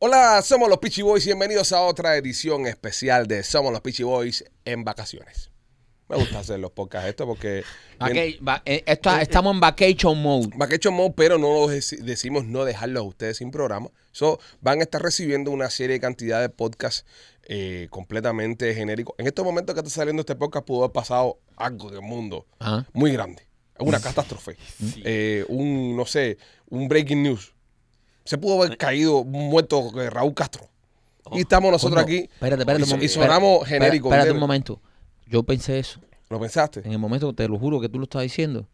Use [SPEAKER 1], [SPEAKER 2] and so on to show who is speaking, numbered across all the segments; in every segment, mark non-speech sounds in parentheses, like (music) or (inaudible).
[SPEAKER 1] Hola, somos los Peachy Boys y bienvenidos a otra edición especial de Somos los Peachy Boys en vacaciones. Me gusta hacer los podcasts esto porque...
[SPEAKER 2] Vaca- va- eh, esto- estamos en vacation mode.
[SPEAKER 1] Vacation Mode, pero no los deci- decimos no dejarlos a ustedes sin programa. So, van a estar recibiendo una serie de cantidad de podcasts eh, completamente genéricos. En estos momentos que está saliendo este podcast pudo haber pasado algo del mundo
[SPEAKER 2] Ajá.
[SPEAKER 1] muy grande. Una catástrofe. Eh, un, no sé, un breaking news. Se pudo
[SPEAKER 2] Eh.
[SPEAKER 1] haber caído muerto eh, Raúl Castro. Y estamos nosotros
[SPEAKER 2] Oh, Coño,
[SPEAKER 1] aquí.
[SPEAKER 2] Espérate, espérate.
[SPEAKER 1] y
[SPEAKER 2] un
[SPEAKER 1] so-
[SPEAKER 2] mom-
[SPEAKER 1] y sonamos
[SPEAKER 2] espérate,
[SPEAKER 1] genéricos,
[SPEAKER 2] Espérate un
[SPEAKER 1] ¿entiendes?
[SPEAKER 2] momento. Yo pensé eso.
[SPEAKER 1] ¿Lo pensaste?
[SPEAKER 2] En el momento, te lo juro que tú lo estás diciendo.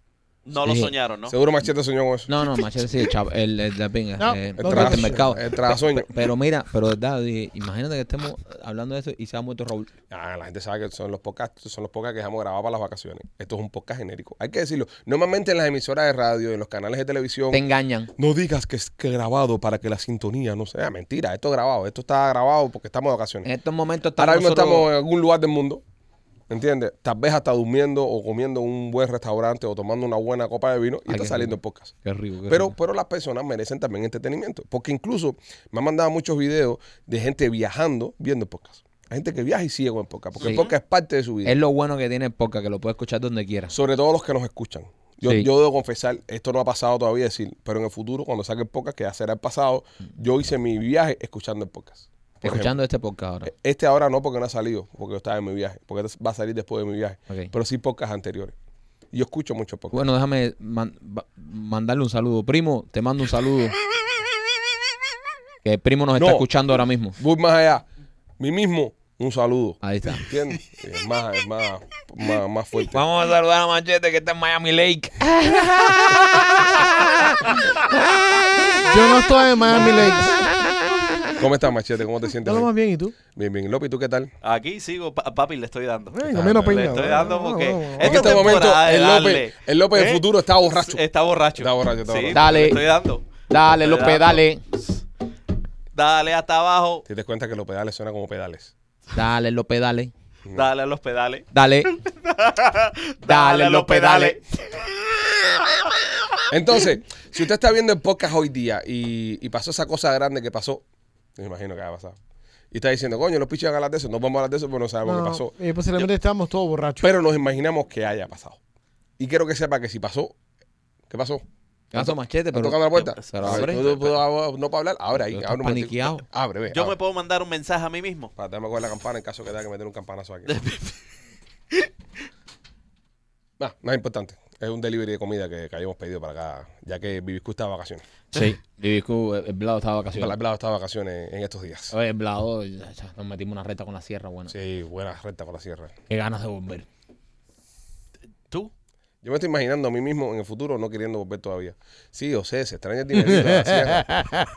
[SPEAKER 3] No lo
[SPEAKER 2] Sí.
[SPEAKER 3] soñaron, ¿no?
[SPEAKER 1] Seguro Machete soñó con eso.
[SPEAKER 2] No, no, machete, sí, chavo, el, el, la pinga.
[SPEAKER 4] No,
[SPEAKER 2] eh,
[SPEAKER 4] el
[SPEAKER 2] durante
[SPEAKER 4] trago.
[SPEAKER 2] el mercado.
[SPEAKER 1] El
[SPEAKER 2] (laughs)
[SPEAKER 1] tragasueño.
[SPEAKER 2] Pe- Pero mira, pero de verdad, dije, imagínate que estemos hablando de eso y se ha muerto Raúl.
[SPEAKER 1] Ah, la gente sabe que son los podcasts, estos son los podcasts que dejamos grabados para las vacaciones. Esto es un podcast genérico. Hay que decirlo. Normalmente en las emisoras de radio, en los canales de televisión,
[SPEAKER 2] Te engañan.
[SPEAKER 1] no digas que es que grabado para que la sintonía no sea mentira. Esto es grabado. Esto está grabado porque estamos de vacaciones.
[SPEAKER 2] En estos momentos estamos
[SPEAKER 1] Ahora mismo
[SPEAKER 2] nosotros-
[SPEAKER 1] estamos en algún lugar del mundo, ¿entiendes? Tal vez hasta durmiendo o comiendo en un buen restaurante o tomando una buena copa de vino y
[SPEAKER 2] Ay,
[SPEAKER 1] está
[SPEAKER 2] qué
[SPEAKER 1] saliendo el
[SPEAKER 2] rico.
[SPEAKER 1] podcast.
[SPEAKER 2] Qué rico, qué
[SPEAKER 1] Pero,
[SPEAKER 2] rico.
[SPEAKER 1] pero las personas merecen también entretenimiento. Porque incluso me han mandado muchos videos de gente viajando viendo el podcast. Hay gente que viaja y sigue con el podcast. Porque el
[SPEAKER 2] Sí.
[SPEAKER 1] podcast es parte de su vida.
[SPEAKER 2] Es lo bueno que tiene el podcast, que lo puedes escuchar donde quieras.
[SPEAKER 1] Sobre todo los que nos escuchan. Yo,
[SPEAKER 2] Sí.
[SPEAKER 1] yo debo confesar, esto no ha pasado todavía decir, pero en el futuro, cuando saque el podcast, que ya será el pasado, yo hice mi viaje escuchando el podcast. Por
[SPEAKER 2] Escuchando este podcast ahora.
[SPEAKER 1] ejemplo, Este ahora no porque no ha salido, porque yo estaba en mi viaje, porque este va a salir después de mi viaje.
[SPEAKER 2] Ok.
[SPEAKER 1] Pero sí podcasts anteriores. Yo escucho muchos podcasts.
[SPEAKER 2] Bueno, déjame man- ba- mandarle un saludo. Primo, te mando un saludo. Que el primo nos está
[SPEAKER 1] No.
[SPEAKER 2] escuchando ahora mismo.
[SPEAKER 1] Voy más allá. Mi mismo, un saludo.
[SPEAKER 2] Ahí está.
[SPEAKER 1] ¿Entiendes? Es más, es más, más, más fuerte.
[SPEAKER 2] Vamos a saludar a Machete que está en Miami Lake.
[SPEAKER 4] Yo no estoy en Miami Lakes.
[SPEAKER 1] ¿Cómo estás, Machete? ¿Cómo te sientes?
[SPEAKER 4] Todo más
[SPEAKER 1] hoy?
[SPEAKER 4] bien, ¿y tú?
[SPEAKER 1] Bien, bien. López, ¿tú qué tal?
[SPEAKER 3] Aquí sigo, pa- papi, le estoy dando.
[SPEAKER 4] Ay, no me lo
[SPEAKER 3] Le
[SPEAKER 4] pinga,
[SPEAKER 3] estoy
[SPEAKER 4] bro.
[SPEAKER 3] dando
[SPEAKER 4] Vamos,
[SPEAKER 3] porque.
[SPEAKER 4] vamos, vamos.
[SPEAKER 1] En
[SPEAKER 3] Esta
[SPEAKER 1] este momento,
[SPEAKER 3] temporada de
[SPEAKER 1] el
[SPEAKER 3] darle.
[SPEAKER 1] López, el López del
[SPEAKER 3] ¿Eh?
[SPEAKER 1] futuro está borracho.
[SPEAKER 3] Está borracho.
[SPEAKER 1] Está borracho, está
[SPEAKER 3] Sí,
[SPEAKER 1] borracho.
[SPEAKER 2] Dale.
[SPEAKER 3] le estoy dando.
[SPEAKER 2] Dale,
[SPEAKER 3] Le
[SPEAKER 2] López,
[SPEAKER 3] dando.
[SPEAKER 2] dale.
[SPEAKER 3] Dale hasta abajo.
[SPEAKER 1] Te das cuenta que los pedales suenan como pedales.
[SPEAKER 2] Dale, López, dale.
[SPEAKER 3] Dale a los pedales.
[SPEAKER 1] (laughs)
[SPEAKER 2] Dale. Dale,
[SPEAKER 3] a
[SPEAKER 2] López, dale.
[SPEAKER 1] Entonces, si usted está viendo el podcast hoy día y, y pasó esa cosa grande que pasó, me imagino que ha pasado. Y está diciendo, coño, los pichos van a hablar de eso. No vamos a hablar de eso porque no sabemos
[SPEAKER 4] No,
[SPEAKER 1] qué pasó.
[SPEAKER 4] eh, posiblemente estábamos todos borrachos.
[SPEAKER 1] Pero nos imaginamos que haya pasado. Y quiero que sepa que si pasó, ¿qué pasó?
[SPEAKER 2] Caso Machete,
[SPEAKER 1] ¿Están
[SPEAKER 2] pero.
[SPEAKER 1] tocando la puerta?
[SPEAKER 2] Pero
[SPEAKER 1] A ver,
[SPEAKER 2] abre.
[SPEAKER 1] ¿tú- tú- tú- No, para hablar, abre ahí.
[SPEAKER 2] Pero
[SPEAKER 1] abre
[SPEAKER 2] estás
[SPEAKER 1] un momentico.
[SPEAKER 2] paniqueado.
[SPEAKER 1] Abre, ve.
[SPEAKER 3] Yo
[SPEAKER 1] abre.
[SPEAKER 3] me puedo mandar un mensaje a mí mismo.
[SPEAKER 1] Para déjame coger la campana en caso que tenga que meter un campanazo
[SPEAKER 3] (laughs)
[SPEAKER 1] aquí. nah, no es Ah, importante. Es un delivery de comida que, que habíamos pedido para acá, ya que Viviscu está de vacaciones.
[SPEAKER 2] Sí, Viviscu, el Blado estaba
[SPEAKER 1] Para
[SPEAKER 2] vacaciones.
[SPEAKER 1] el lado está de vacaciones en estos días.
[SPEAKER 2] Oye, el Blado, ya, ya, nos metimos una recta con la sierra, bueno.
[SPEAKER 1] Sí, buena recta para la sierra.
[SPEAKER 2] Qué ganas de volver.
[SPEAKER 3] ¿Tú?
[SPEAKER 1] Yo me estoy imaginando a mí mismo en el futuro no queriendo volver todavía. Sí, yo sé, se extraña el dinerito de la sierra.
[SPEAKER 4] (laughs)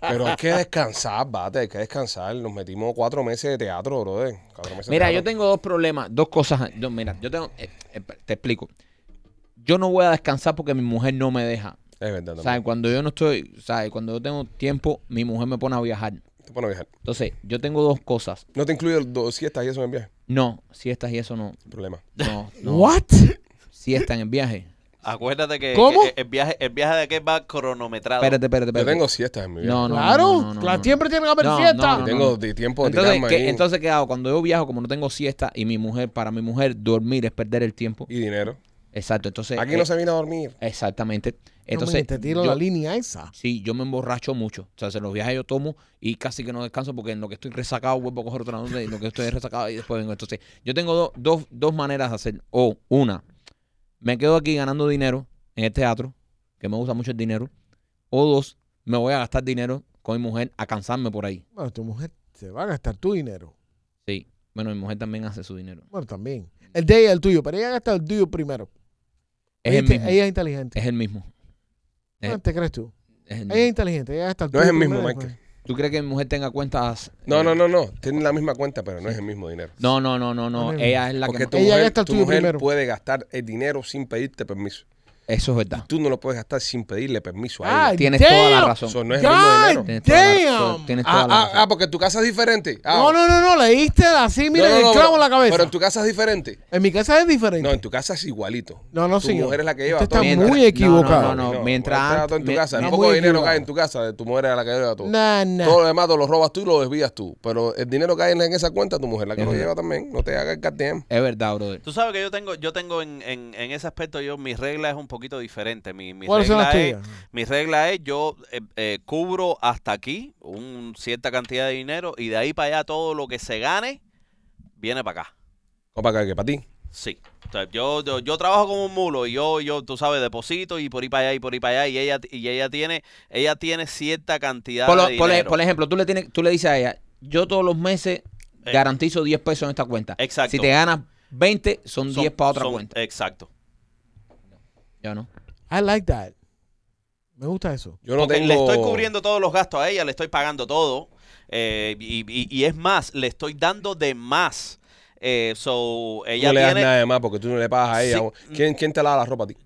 [SPEAKER 1] Pero hay que descansar, bate, hay que descansar. Nos metimos cuatro meses de teatro, brother. Cuatro meses de
[SPEAKER 2] Mira,
[SPEAKER 1] teatro.
[SPEAKER 2] yo tengo dos problemas, dos cosas. yo- mira, yo tengo. eh, eh, te explico. Yo no voy a descansar porque mi mujer no me deja.
[SPEAKER 1] Es verdad,
[SPEAKER 2] ¿Sabes?
[SPEAKER 1] también.
[SPEAKER 2] Cuando yo no estoy. ¿Sabes? Cuando yo tengo tiempo, mi mujer me pone a viajar.
[SPEAKER 1] Te pones a viajar.
[SPEAKER 2] Entonces, yo tengo dos cosas.
[SPEAKER 1] No te incluye dos siestas y eso en el viaje.
[SPEAKER 2] No, siestas y eso no.
[SPEAKER 1] Problema.
[SPEAKER 2] No,
[SPEAKER 1] (laughs)
[SPEAKER 2] no.
[SPEAKER 4] ¿What?
[SPEAKER 2] Siesta en el viaje.
[SPEAKER 3] Acuérdate que,
[SPEAKER 4] ¿Cómo?
[SPEAKER 3] que el, viaje, el viaje de aquel va cronometrado.
[SPEAKER 2] Espérate, espérate,
[SPEAKER 1] Yo
[SPEAKER 2] espérate.
[SPEAKER 1] tengo siestas en mi viaje.
[SPEAKER 2] No, no.
[SPEAKER 4] claro,
[SPEAKER 2] no, no, no,
[SPEAKER 4] claro,
[SPEAKER 2] no.
[SPEAKER 4] siempre tiene que haber
[SPEAKER 2] No,
[SPEAKER 4] fiesta.
[SPEAKER 2] no, no.
[SPEAKER 1] Tengo de tiempo de
[SPEAKER 2] Entonces
[SPEAKER 1] tirarme Pues ahí
[SPEAKER 2] ¿qué, entonces, ¿qué hago? Cuando yo viajo, como no tengo siesta y mi mujer, para mi mujer, dormir es perder el tiempo.
[SPEAKER 1] y dinero.
[SPEAKER 2] Exacto, entonces.
[SPEAKER 1] Aquí
[SPEAKER 2] eh,
[SPEAKER 1] no se viene a dormir.
[SPEAKER 2] Exactamente.
[SPEAKER 4] No,
[SPEAKER 2] Entonces,
[SPEAKER 4] men, te tiro
[SPEAKER 2] yo-
[SPEAKER 4] la línea esa.
[SPEAKER 2] Sí, yo me emborracho mucho. O sea, se los viajes yo tomo y casi que no descanso porque en lo que estoy resacado vuelvo a coger otra noche, en lo que
[SPEAKER 4] (laughs)
[SPEAKER 2] estoy resacado y después vengo. Entonces, yo tengo do- dos- dos maneras de hacer. O una, me quedo aquí ganando dinero en el teatro, que me gusta mucho el dinero. O dos, me voy a gastar dinero con mi mujer a cansarme por ahí.
[SPEAKER 4] Bueno, tu mujer se va a gastar tu dinero.
[SPEAKER 2] Sí. Bueno, mi mujer también hace su dinero.
[SPEAKER 4] Bueno, también. El de ella es el tuyo, pero ella gasta el tuyo primero.
[SPEAKER 2] Es
[SPEAKER 4] ella,
[SPEAKER 2] el mismo. Eh,
[SPEAKER 4] ella es inteligente.
[SPEAKER 2] Es el mismo. es-
[SPEAKER 4] ¿No te crees tú?
[SPEAKER 2] Es el
[SPEAKER 4] Ella es
[SPEAKER 2] mismo.
[SPEAKER 4] inteligente. Ella gasta el
[SPEAKER 1] No
[SPEAKER 4] tuyo
[SPEAKER 1] es el mismo,
[SPEAKER 4] primero, pues.
[SPEAKER 1] Michael.
[SPEAKER 2] ¿Tú crees que mi mujer tenga cuentas?
[SPEAKER 1] No,
[SPEAKER 2] eh,
[SPEAKER 1] no, no, no. Tienen la misma cuenta, pero no es el mismo dinero.
[SPEAKER 2] No, no, no, no, no.
[SPEAKER 4] No, no, no.
[SPEAKER 2] Ella es la que
[SPEAKER 1] Porque
[SPEAKER 2] más-
[SPEAKER 1] tu
[SPEAKER 4] Ella
[SPEAKER 1] mujer,
[SPEAKER 4] gasta el
[SPEAKER 1] tu
[SPEAKER 4] tuyo
[SPEAKER 1] mujer
[SPEAKER 4] primero.
[SPEAKER 1] puede gastar el dinero sin pedirte permiso.
[SPEAKER 2] Eso es verdad.
[SPEAKER 1] Tú no lo puedes gastar sin pedirle permiso a
[SPEAKER 4] Ay,
[SPEAKER 1] ella.
[SPEAKER 2] Tienes toda la
[SPEAKER 4] damn.
[SPEAKER 2] razón.
[SPEAKER 1] Eso no es ritmo de enero.
[SPEAKER 4] God
[SPEAKER 2] Tienes toda la-
[SPEAKER 4] damn.
[SPEAKER 2] tienes toda
[SPEAKER 1] eh, Ah,
[SPEAKER 2] la
[SPEAKER 1] ah,
[SPEAKER 2] razón.
[SPEAKER 1] ah, porque tu casa es diferente. Ah,
[SPEAKER 4] No, no, no, no, leíste así, mira,
[SPEAKER 1] no,
[SPEAKER 4] el
[SPEAKER 1] no,
[SPEAKER 4] clavo
[SPEAKER 1] pero-
[SPEAKER 4] en la cabeza.
[SPEAKER 1] Pero en tu casa es diferente.
[SPEAKER 4] En mi casa es diferente.
[SPEAKER 1] No, en tu casa es igualito.
[SPEAKER 4] No, no,
[SPEAKER 1] tu
[SPEAKER 4] señor.
[SPEAKER 1] mujer es la que lleva
[SPEAKER 4] Usted
[SPEAKER 1] todo.
[SPEAKER 4] está
[SPEAKER 1] en
[SPEAKER 2] Mientras-
[SPEAKER 1] tu
[SPEAKER 4] muy
[SPEAKER 1] casa.
[SPEAKER 4] equivocado.
[SPEAKER 2] No, no, no. Mientras
[SPEAKER 1] está todo en tu
[SPEAKER 2] mi-
[SPEAKER 1] casa.
[SPEAKER 2] mi-
[SPEAKER 1] Un
[SPEAKER 4] Está
[SPEAKER 1] poco
[SPEAKER 4] muy
[SPEAKER 1] de dinero
[SPEAKER 4] equivocado.
[SPEAKER 1] cae en tu casa, de tu mujer es la que lleva todo.
[SPEAKER 4] Nah, nah.
[SPEAKER 1] Todo lo demás te lo robas tú y lo desvías tú. Pero el dinero cae en, en esa cuenta, tu mujer la que
[SPEAKER 2] Es
[SPEAKER 1] lo
[SPEAKER 2] verdad.
[SPEAKER 1] lleva también. No te hagas el goddamn.
[SPEAKER 2] Es verdad, brother.
[SPEAKER 3] Tú sabes que yo tengo, yo tengo en, en, en ese aspecto, yo, mi regla es un poquito diferente. Mi, mi
[SPEAKER 4] ¿Cuáles son
[SPEAKER 3] regla
[SPEAKER 4] las
[SPEAKER 3] es,
[SPEAKER 4] tuyas?
[SPEAKER 3] mi regla es, yo eh, eh, cubro hasta aquí un cierta cantidad de dinero y de ahí para allá todo lo que se gane viene para acá.
[SPEAKER 1] O para acá, que para ti.
[SPEAKER 3] Sí. O sea, yo, yo, yo trabajo como un mulo y yo, yo, tú sabes, deposito y por ahí para allá y por ahí para allá y ella, y ella tiene, ella tiene cierta cantidad
[SPEAKER 2] Por, lo-
[SPEAKER 3] de
[SPEAKER 2] por e-
[SPEAKER 3] dinero.
[SPEAKER 2] por ejemplo, tú le, tienes, tú le dices a ella, yo todos los meses
[SPEAKER 1] Eh.
[SPEAKER 2] garantizo 10 pesos en esta cuenta.
[SPEAKER 3] exacto.
[SPEAKER 2] Si te ganas 20, son, 10 para otra
[SPEAKER 3] son-
[SPEAKER 2] cuenta.
[SPEAKER 3] Exacto.
[SPEAKER 2] Yo no.
[SPEAKER 4] I like that. Me gusta eso.
[SPEAKER 1] Yo no
[SPEAKER 3] Porque
[SPEAKER 1] tengo...
[SPEAKER 3] le estoy cubriendo todos los gastos a ella, le estoy pagando todo. eh, y, y- y es más, le estoy dando de más. Eh, so,
[SPEAKER 1] Tú
[SPEAKER 3] ella
[SPEAKER 1] no le das
[SPEAKER 3] tiene.
[SPEAKER 1] nada de más porque tú no le pagas a ella.
[SPEAKER 3] Sí.
[SPEAKER 1] ¿Quién, quién te lava la ropa a ti?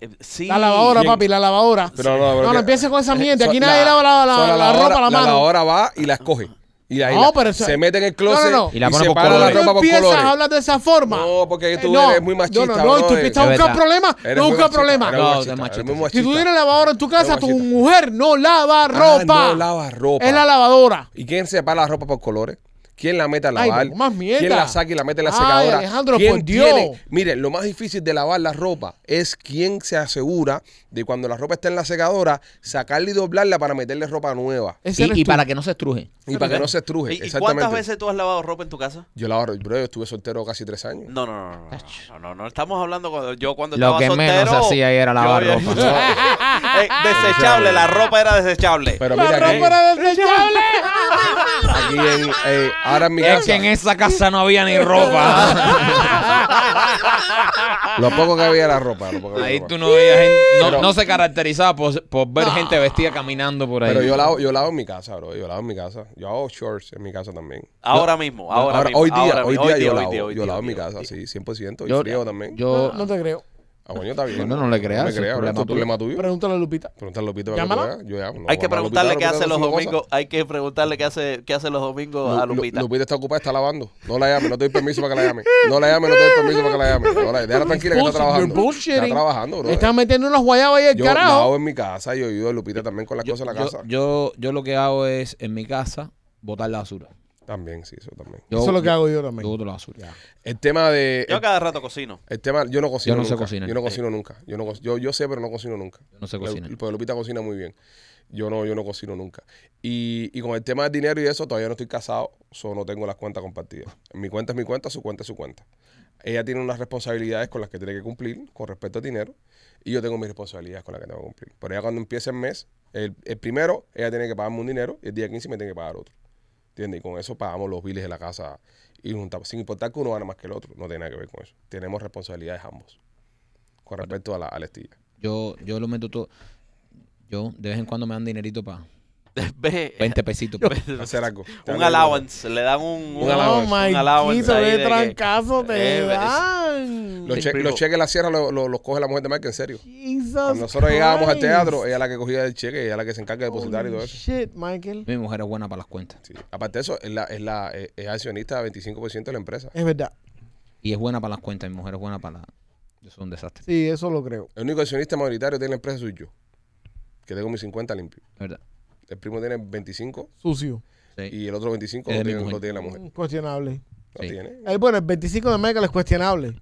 [SPEAKER 3] eh, sí.
[SPEAKER 4] La lavadora,
[SPEAKER 1] Bien.
[SPEAKER 4] papi, la lavadora.
[SPEAKER 1] Pero no, pero
[SPEAKER 4] No,
[SPEAKER 1] que-
[SPEAKER 4] no empieces con esa mierda. Aquí
[SPEAKER 1] Eh, So-
[SPEAKER 4] nadie lava la, la,
[SPEAKER 1] so
[SPEAKER 4] la
[SPEAKER 1] lavadora-
[SPEAKER 4] ropa a la mano.
[SPEAKER 1] lavadora va y la escoge. Y ahí
[SPEAKER 4] No,
[SPEAKER 1] la-
[SPEAKER 4] pero eso-
[SPEAKER 1] se mete en el closet
[SPEAKER 4] No, no, no.
[SPEAKER 1] y,
[SPEAKER 2] Y la pone por
[SPEAKER 1] separa la
[SPEAKER 2] colores.
[SPEAKER 1] ropa
[SPEAKER 4] no
[SPEAKER 1] por
[SPEAKER 4] empiezas
[SPEAKER 1] colores.
[SPEAKER 4] a hablar de esa forma.
[SPEAKER 1] No, porque tú
[SPEAKER 4] Eh,
[SPEAKER 1] eres muy machista.
[SPEAKER 4] No, no, no. y Tú
[SPEAKER 1] brother.
[SPEAKER 4] empiezas a
[SPEAKER 2] Es
[SPEAKER 4] buscar
[SPEAKER 2] verdad.
[SPEAKER 4] problemas.
[SPEAKER 1] Eres
[SPEAKER 4] No
[SPEAKER 1] muy
[SPEAKER 4] busca
[SPEAKER 1] machista,
[SPEAKER 4] problema.
[SPEAKER 1] eres muy
[SPEAKER 2] No, de
[SPEAKER 1] machista, eres
[SPEAKER 2] machista.
[SPEAKER 1] muy
[SPEAKER 4] Si tú
[SPEAKER 1] machista.
[SPEAKER 4] tienes lavadora en tu casa, tu
[SPEAKER 1] machista.
[SPEAKER 4] mujer no lava
[SPEAKER 1] Ah,
[SPEAKER 4] ropa.
[SPEAKER 1] no lava ropa.
[SPEAKER 4] Es la lavadora.
[SPEAKER 1] ¿Y quién separa la ropa por colores? ¿Quién la mete a
[SPEAKER 4] Ay,
[SPEAKER 1] lavar?
[SPEAKER 4] no, más mierda.
[SPEAKER 1] ¿Quién la saca y la mete en la
[SPEAKER 4] Ay,
[SPEAKER 1] secadora?
[SPEAKER 4] Alejandro,
[SPEAKER 1] ¿Quién
[SPEAKER 4] por Dios.
[SPEAKER 1] Mire, lo más difícil de lavar la ropa es quién se asegura de cuando la ropa está en la secadora, sacarla y doblarla para meterle ropa nueva.
[SPEAKER 4] Ese eres
[SPEAKER 2] Y, y
[SPEAKER 4] tú.
[SPEAKER 2] para que no se estruje.
[SPEAKER 1] Y para que no se estruje.
[SPEAKER 3] ¿Y- ¿Y,
[SPEAKER 1] Exactamente.
[SPEAKER 3] cuántas veces tú has lavado ropa en tu casa?
[SPEAKER 1] Yo la bro, yo estuve soltero casi tres años.
[SPEAKER 3] No, no, no, no, no, no, no, no, estamos hablando cuando yo cuando
[SPEAKER 2] Lo
[SPEAKER 3] estaba
[SPEAKER 2] que menos
[SPEAKER 3] soltero,
[SPEAKER 2] hacía ahí era lavar
[SPEAKER 3] yo-
[SPEAKER 2] ropa. (laughs)
[SPEAKER 3] Eh, desechable, la ropa era desechable.
[SPEAKER 1] Pero
[SPEAKER 4] La
[SPEAKER 1] mira, aquí,
[SPEAKER 4] ropa
[SPEAKER 2] (laughs)
[SPEAKER 4] era desechable.
[SPEAKER 1] aquí en, eh, ahora en mi
[SPEAKER 2] Es que
[SPEAKER 1] casa,
[SPEAKER 2] en esa casa no (laughs) había ni ropa.
[SPEAKER 1] lo poco que había era ropa. lo poco que había
[SPEAKER 2] (laughs) Ahí
[SPEAKER 1] ropa.
[SPEAKER 2] tú no veías gente-
[SPEAKER 1] Pero-
[SPEAKER 2] No, no se caracterizaba por, por ver gente vestida caminando por ahí.
[SPEAKER 1] Pero yo lavo, yo lavo en mi casa, bro. Yo lavo en mi casa. Yo hago shorts en mi casa también.
[SPEAKER 3] ahora mismo, ahora,
[SPEAKER 1] Ahora,
[SPEAKER 3] mismo,
[SPEAKER 1] hoy día,
[SPEAKER 3] ahora
[SPEAKER 1] hoy
[SPEAKER 3] mismo,
[SPEAKER 1] día yo
[SPEAKER 3] hoy
[SPEAKER 1] lavo.
[SPEAKER 3] hoy
[SPEAKER 1] yo
[SPEAKER 3] día,
[SPEAKER 1] lavo
[SPEAKER 3] hoy
[SPEAKER 1] en mi
[SPEAKER 3] día.
[SPEAKER 1] casa, sí, 100%. Y
[SPEAKER 2] Yo-
[SPEAKER 1] frío también.
[SPEAKER 2] Yo,
[SPEAKER 4] No, no te creo.
[SPEAKER 1] Ah, coño, está bien.
[SPEAKER 2] Bueno, no le creas,
[SPEAKER 1] No
[SPEAKER 2] es
[SPEAKER 1] le creas, bro.
[SPEAKER 2] problema
[SPEAKER 1] Esto es
[SPEAKER 2] tuyo.
[SPEAKER 1] problema tuyo.
[SPEAKER 4] Pregúntale a Lupita.
[SPEAKER 1] Pregúntale a Lupita.
[SPEAKER 4] Llámala.
[SPEAKER 1] para que tú veas. Yo llamo.
[SPEAKER 3] Hay que
[SPEAKER 1] Vamos a
[SPEAKER 3] preguntarle qué
[SPEAKER 1] Lupita,
[SPEAKER 3] hace los
[SPEAKER 1] Lupita hace
[SPEAKER 3] domingos,
[SPEAKER 1] sus
[SPEAKER 3] hay que preguntarle qué hace, qué hace los domingos a
[SPEAKER 1] cosas. Lu- eh, Lu-
[SPEAKER 3] Lupita.
[SPEAKER 1] Lupita está ocupada, está lavando. No la llame, no te doy permiso para que la llame. No la llame, no te doy permiso para que la llame. No la, déjala tranquila que está
[SPEAKER 4] Bullshit, you're
[SPEAKER 1] trabajando. Está
[SPEAKER 4] bullshitting.
[SPEAKER 1] trabajando, bro.
[SPEAKER 4] Estás metiendo unos guayabos ahí el
[SPEAKER 1] Yo
[SPEAKER 4] carajo.
[SPEAKER 1] lavo en mi casa, yo ayudo a Lupita también con las cosas en la
[SPEAKER 2] yo-
[SPEAKER 1] casa.
[SPEAKER 2] yo- yo lo que hago es en mi casa botar la basura.
[SPEAKER 1] También, sí, eso también.
[SPEAKER 2] Yo,
[SPEAKER 4] Eso es lo que hago yo
[SPEAKER 2] Yo
[SPEAKER 4] también.
[SPEAKER 2] boto la basura.
[SPEAKER 1] El tema de...
[SPEAKER 3] Yo
[SPEAKER 1] el-
[SPEAKER 3] cada rato cocino. (laughs)
[SPEAKER 1] El tema, yo no cocino.
[SPEAKER 2] Yo no sé
[SPEAKER 1] nunca.
[SPEAKER 2] cocinar.
[SPEAKER 1] Yo no cocino nunca. Yo, no, co- yo, yo sé, pero no cocino nunca.
[SPEAKER 2] No sé
[SPEAKER 1] Pero-
[SPEAKER 2] cocinar.
[SPEAKER 1] Porque Lupita cocina muy bien. Yo no, yo no cocino nunca. Y, y con el tema del dinero y eso, todavía no estoy casado, solo no tengo las cuentas compartidas. Mi cuenta es mi cuenta, su cuenta es su cuenta. Ella tiene unas responsabilidades con las que tiene que cumplir con respecto al dinero y yo tengo mis responsabilidades con las que tengo que cumplir. Pero ella cuando empiece el mes, el, el primero, ella tiene que pagarme un dinero y el día 15 me tiene que pagar otro. ¿Entiendes? Y con eso pagamos los biles de la casa y juntamos. Sin importar que uno gana más que el otro. No tiene nada que ver con eso. Tenemos responsabilidades ambos. Con respecto a la, a la estilla.
[SPEAKER 2] Yo, yo lo meto todo. Yo de vez en cuando me dan dinerito para
[SPEAKER 3] Ve,
[SPEAKER 2] 20 pesitos.
[SPEAKER 1] Hacer algo.
[SPEAKER 3] un allowance, le dan un, un-
[SPEAKER 1] Un allowance.
[SPEAKER 4] No,
[SPEAKER 3] un allowance
[SPEAKER 4] Maikito,
[SPEAKER 3] ahí de
[SPEAKER 4] de
[SPEAKER 3] que-
[SPEAKER 4] trancazo te
[SPEAKER 3] Eh,
[SPEAKER 4] dan.
[SPEAKER 1] Los, che-
[SPEAKER 3] Primo.
[SPEAKER 1] los cheques la sierra lo- lo- los coge la mujer de Mike, en serio.
[SPEAKER 4] Jesus
[SPEAKER 1] Cuando nosotros llegábamos al
[SPEAKER 4] Christ.
[SPEAKER 1] teatro, ella es la que cogía el cheque, ella es la que se encarga de depositar y
[SPEAKER 4] Holy
[SPEAKER 1] todo eso.
[SPEAKER 4] Shit, Michael.
[SPEAKER 2] Mi mujer es buena para las cuentas.
[SPEAKER 1] Sí. Aparte de eso, es, la, es, la, eh, es- es accionista del 25% de la empresa.
[SPEAKER 4] Es verdad.
[SPEAKER 2] Y es buena para las cuentas. Mi mujer es buena para la... Yo soy un desastre.
[SPEAKER 4] Sí, eso lo creo.
[SPEAKER 1] El único accionista mayoritario de la empresa soy yo, que tengo mis 50 limpio.
[SPEAKER 2] de verdad.
[SPEAKER 1] El primo tiene 25
[SPEAKER 4] Sucio.
[SPEAKER 2] Sí.
[SPEAKER 1] y el otro 25 lo
[SPEAKER 2] Es de mi
[SPEAKER 1] tiene,
[SPEAKER 2] mujer.
[SPEAKER 1] lo tiene la mujer.
[SPEAKER 4] Cuestionable.
[SPEAKER 1] Lo
[SPEAKER 2] Sí.
[SPEAKER 1] tiene.
[SPEAKER 4] Ay, bueno, el 25 de Michael es cuestionable.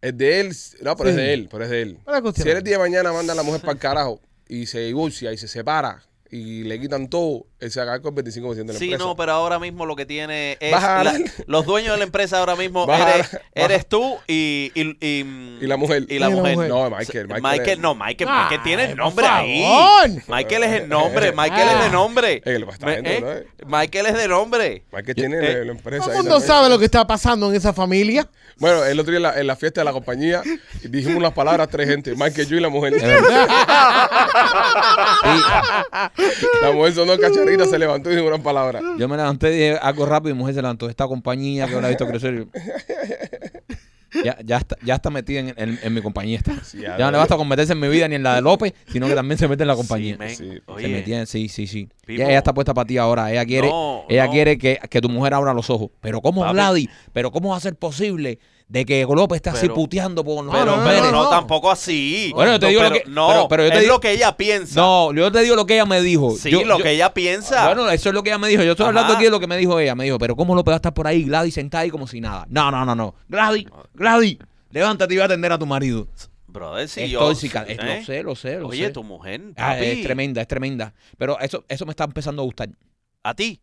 [SPEAKER 1] Es de él, no, pero es
[SPEAKER 4] Sí.
[SPEAKER 1] de él, pero es de él.
[SPEAKER 4] Pero es
[SPEAKER 1] Si él
[SPEAKER 4] cuestionable.
[SPEAKER 1] el día de mañana manda a la mujer para el carajo y se divorcia y se separa y le quitan todo, él se haga con el 25% de la
[SPEAKER 3] Sí,
[SPEAKER 1] empresa.
[SPEAKER 3] no, pero ahora mismo lo que tiene es
[SPEAKER 1] Vas a
[SPEAKER 3] la-
[SPEAKER 1] ganar.
[SPEAKER 3] los dueños de la empresa ahora mismo
[SPEAKER 1] Vas a
[SPEAKER 3] eres,
[SPEAKER 1] ganar.
[SPEAKER 3] eres tú y, y, y-
[SPEAKER 1] Y la mujer.
[SPEAKER 3] y la mujer.
[SPEAKER 1] No, Michael. Michael, es-
[SPEAKER 3] no, Michael, Michael
[SPEAKER 4] Ay,
[SPEAKER 3] tiene el
[SPEAKER 4] por
[SPEAKER 3] nombre ahí.
[SPEAKER 4] favor.
[SPEAKER 3] Michael es el nombre, Michael es de nombre.
[SPEAKER 1] Eh, lo está
[SPEAKER 3] Me-
[SPEAKER 1] viendo,
[SPEAKER 3] eh, Michael es de nombre.
[SPEAKER 1] Michael tiene
[SPEAKER 2] eh,
[SPEAKER 1] la- la, empresa.
[SPEAKER 4] Todo
[SPEAKER 1] ahí
[SPEAKER 4] el mundo
[SPEAKER 1] también.
[SPEAKER 4] sabe lo que está pasando en esa familia.
[SPEAKER 1] Bueno, el otro día en la, en la fiesta de la
[SPEAKER 4] (laughs)
[SPEAKER 1] compañía dijimos unas palabras tres gente. Michael, yo y la mujer.
[SPEAKER 2] Es verdad. (laughs)
[SPEAKER 1] la mujer sonó cacharrita, se levantó y dijo unas palabras.
[SPEAKER 2] Yo me levanté y dije algo rápido y mi mujer se levantó. Esta compañía que yo la he visto crecer. Ya, ya, está, ya está metida en, en- en mi compañía. Está.
[SPEAKER 1] Sí,
[SPEAKER 2] Ya
[SPEAKER 1] ya-
[SPEAKER 2] no le basta con meterse en mi vida ni en la de López, sino que también se mete en la compañía.
[SPEAKER 3] Sí, men.
[SPEAKER 1] Sí. Se
[SPEAKER 2] se
[SPEAKER 3] Oye,
[SPEAKER 2] metía en- sí, sí, sí.
[SPEAKER 3] Pipo.
[SPEAKER 2] Ella, ella está puesta para ti ahora. Ella quiere,
[SPEAKER 3] No,
[SPEAKER 2] ella
[SPEAKER 3] no.
[SPEAKER 2] quiere que, que tu mujer abra los ojos. Pero ¿cómo,
[SPEAKER 3] Papi.
[SPEAKER 2] Vladi? ¿Pero cómo va a ser posible de que López esté así
[SPEAKER 3] Pero-
[SPEAKER 2] puteando por los
[SPEAKER 3] pero,
[SPEAKER 2] hombres?
[SPEAKER 3] pero
[SPEAKER 2] no,
[SPEAKER 3] no,
[SPEAKER 4] no.
[SPEAKER 3] tampoco así.
[SPEAKER 2] Bueno, yo te
[SPEAKER 3] No,
[SPEAKER 2] digo lo
[SPEAKER 3] pero-
[SPEAKER 2] que-
[SPEAKER 3] no,
[SPEAKER 2] pero- pero yo te
[SPEAKER 3] es
[SPEAKER 2] digo-
[SPEAKER 3] lo que ella piensa.
[SPEAKER 2] yo te digo lo que ella me dijo.
[SPEAKER 3] sí,
[SPEAKER 2] Yo-
[SPEAKER 3] lo
[SPEAKER 2] yo-
[SPEAKER 3] que ella piensa.
[SPEAKER 2] Bueno, eso es lo que ella me dijo. Yo estoy hablando
[SPEAKER 3] Ajá.
[SPEAKER 2] aquí de lo que me dijo ella. Me dijo, pero ¿cómo López va a estar por ahí, Gladys, sentada ahí como si nada? No, no, no, no. Gladys, Gladys, levántate y va a atender a tu marido.
[SPEAKER 3] Brother, si
[SPEAKER 2] es
[SPEAKER 3] yo.
[SPEAKER 2] tóxica. Es-
[SPEAKER 3] ¿eh?
[SPEAKER 2] Lo sé, lo sé, lo
[SPEAKER 3] Oye,
[SPEAKER 2] sé.
[SPEAKER 3] tu mujer.
[SPEAKER 2] Ah,
[SPEAKER 3] papi,
[SPEAKER 2] es tremenda, es tremenda. Pero eso, eso me está empezando a gustar.
[SPEAKER 3] A ti.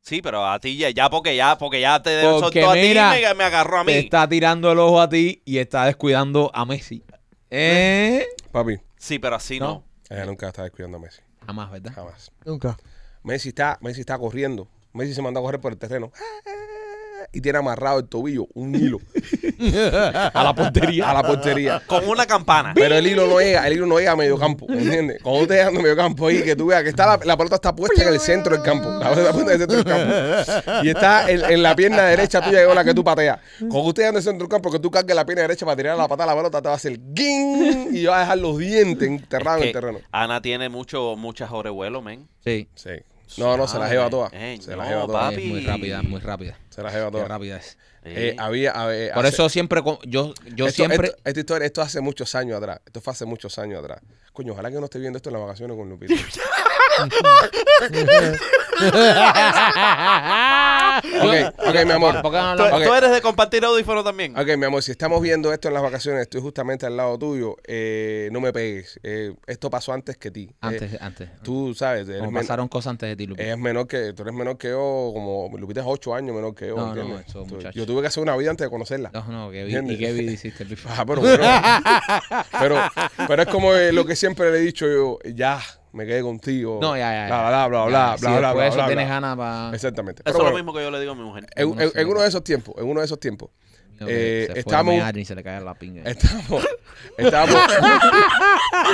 [SPEAKER 3] Sí, pero a ti ya, ya porque ya, porque ya te
[SPEAKER 2] Porque
[SPEAKER 3] soltó a ti y
[SPEAKER 2] mira,
[SPEAKER 3] me, me agarró a mí.
[SPEAKER 2] Te está tirando el ojo a ti y está descuidando a Messi. ¿Eh?
[SPEAKER 1] Papi,
[SPEAKER 3] Sí, pero así
[SPEAKER 2] No.
[SPEAKER 3] no.
[SPEAKER 1] ella nunca está descuidando a Messi.
[SPEAKER 2] Jamás, ¿verdad?
[SPEAKER 1] Jamás.
[SPEAKER 4] Nunca.
[SPEAKER 1] Messi está, Messi está corriendo. Messi se mandó a correr por el terreno. Y tiene amarrado el tobillo, un
[SPEAKER 2] (laughs)
[SPEAKER 1] hilo,
[SPEAKER 2] A la portería.
[SPEAKER 1] a la portería.
[SPEAKER 3] Con una campana.
[SPEAKER 1] Pero el hilo no llega, el hilo no llega a medio campo, ¿entiendes? Cuando usted anda a medio campo ahí, que tú veas que está la, la pelota está puesta en el centro del campo. La pelota está puesta en el centro del campo. Y está en, en la pierna derecha tuya, que es la que tú pateas. Cuando usted anda en el centro del campo, que tú cargues la pierna derecha para tirar la patada a la pelota, te va a hacer guin y vas a dejar los dientes enterrados
[SPEAKER 3] Que
[SPEAKER 1] en el terreno.
[SPEAKER 3] Ana tiene mucho, muchas orejuelos, men.
[SPEAKER 2] Sí.
[SPEAKER 1] Sí. No, no, se la lleva toda.
[SPEAKER 3] Eh,
[SPEAKER 1] Se la
[SPEAKER 3] no,
[SPEAKER 1] lleva toda.
[SPEAKER 3] papi.
[SPEAKER 2] Es muy rápida, muy rápida.
[SPEAKER 1] Se la lleva
[SPEAKER 2] Qué
[SPEAKER 1] toda.
[SPEAKER 2] rápida es.
[SPEAKER 1] Eh, había, a ver,
[SPEAKER 2] Por
[SPEAKER 1] hace-
[SPEAKER 2] eso siempre, con- yo, yo
[SPEAKER 1] Esto-
[SPEAKER 2] siempre... (laughs)
[SPEAKER 1] esto- esta historia, esto hace muchos años atrás. Esto fue hace muchos años atrás. Coño, ojalá que no esté viendo esto en las vacaciones con Lupita. ok, ok, mi amor.
[SPEAKER 2] ¿Por qué no
[SPEAKER 3] ¿Tú,
[SPEAKER 2] hablamos?
[SPEAKER 1] Ok.
[SPEAKER 3] tú eres de compartir audífono también.
[SPEAKER 1] Ok, mi amor, si estamos viendo esto en las vacaciones, estoy justamente al lado tuyo. eh, no me pegues. Eh, esto pasó antes que ti. Eh,
[SPEAKER 2] Antes, antes.
[SPEAKER 1] tú sabes, eres,
[SPEAKER 2] Como
[SPEAKER 1] men- eh,
[SPEAKER 2] pasaron cosas antes de ti, Lupi.
[SPEAKER 1] eres menor que, tú eres menor que yo, como Lupita es ocho años menor que yo.
[SPEAKER 2] No, no,
[SPEAKER 1] ¿entiendes?
[SPEAKER 2] eso,
[SPEAKER 1] Tú-
[SPEAKER 2] muchacho.
[SPEAKER 1] yo tuve que hacer una vida antes de conocerla.
[SPEAKER 2] No, no, que vi,
[SPEAKER 1] ¿Entiendes?
[SPEAKER 2] y qué vida hiciste, Lupi.
[SPEAKER 1] Ah, pero,
[SPEAKER 2] (laughs)
[SPEAKER 1] bueno, pero, pero es como eh, lo que siempre le he dicho yo, ya, me quedé contigo.
[SPEAKER 2] No, ya, ya.
[SPEAKER 1] Bla, bla, bla, bla,
[SPEAKER 2] Ya,
[SPEAKER 1] bla,
[SPEAKER 2] si
[SPEAKER 1] bla,
[SPEAKER 2] después
[SPEAKER 1] bla,
[SPEAKER 2] eso
[SPEAKER 1] bla,
[SPEAKER 2] tienes
[SPEAKER 1] bla.
[SPEAKER 2] ganas ah. para...
[SPEAKER 1] Exactamente.
[SPEAKER 3] Eso
[SPEAKER 1] Pero
[SPEAKER 3] es lo
[SPEAKER 1] bueno,
[SPEAKER 3] mismo que yo le digo a mi mujer.
[SPEAKER 1] en-
[SPEAKER 2] Uno
[SPEAKER 1] en,
[SPEAKER 2] sí.
[SPEAKER 1] en uno de esos tiempos, en uno de esos tiempos, Eh,
[SPEAKER 2] se
[SPEAKER 1] estamos-
[SPEAKER 2] Fue a mear y se le cae la pinga.
[SPEAKER 1] estábamos, estábamos,
[SPEAKER 2] (laughs)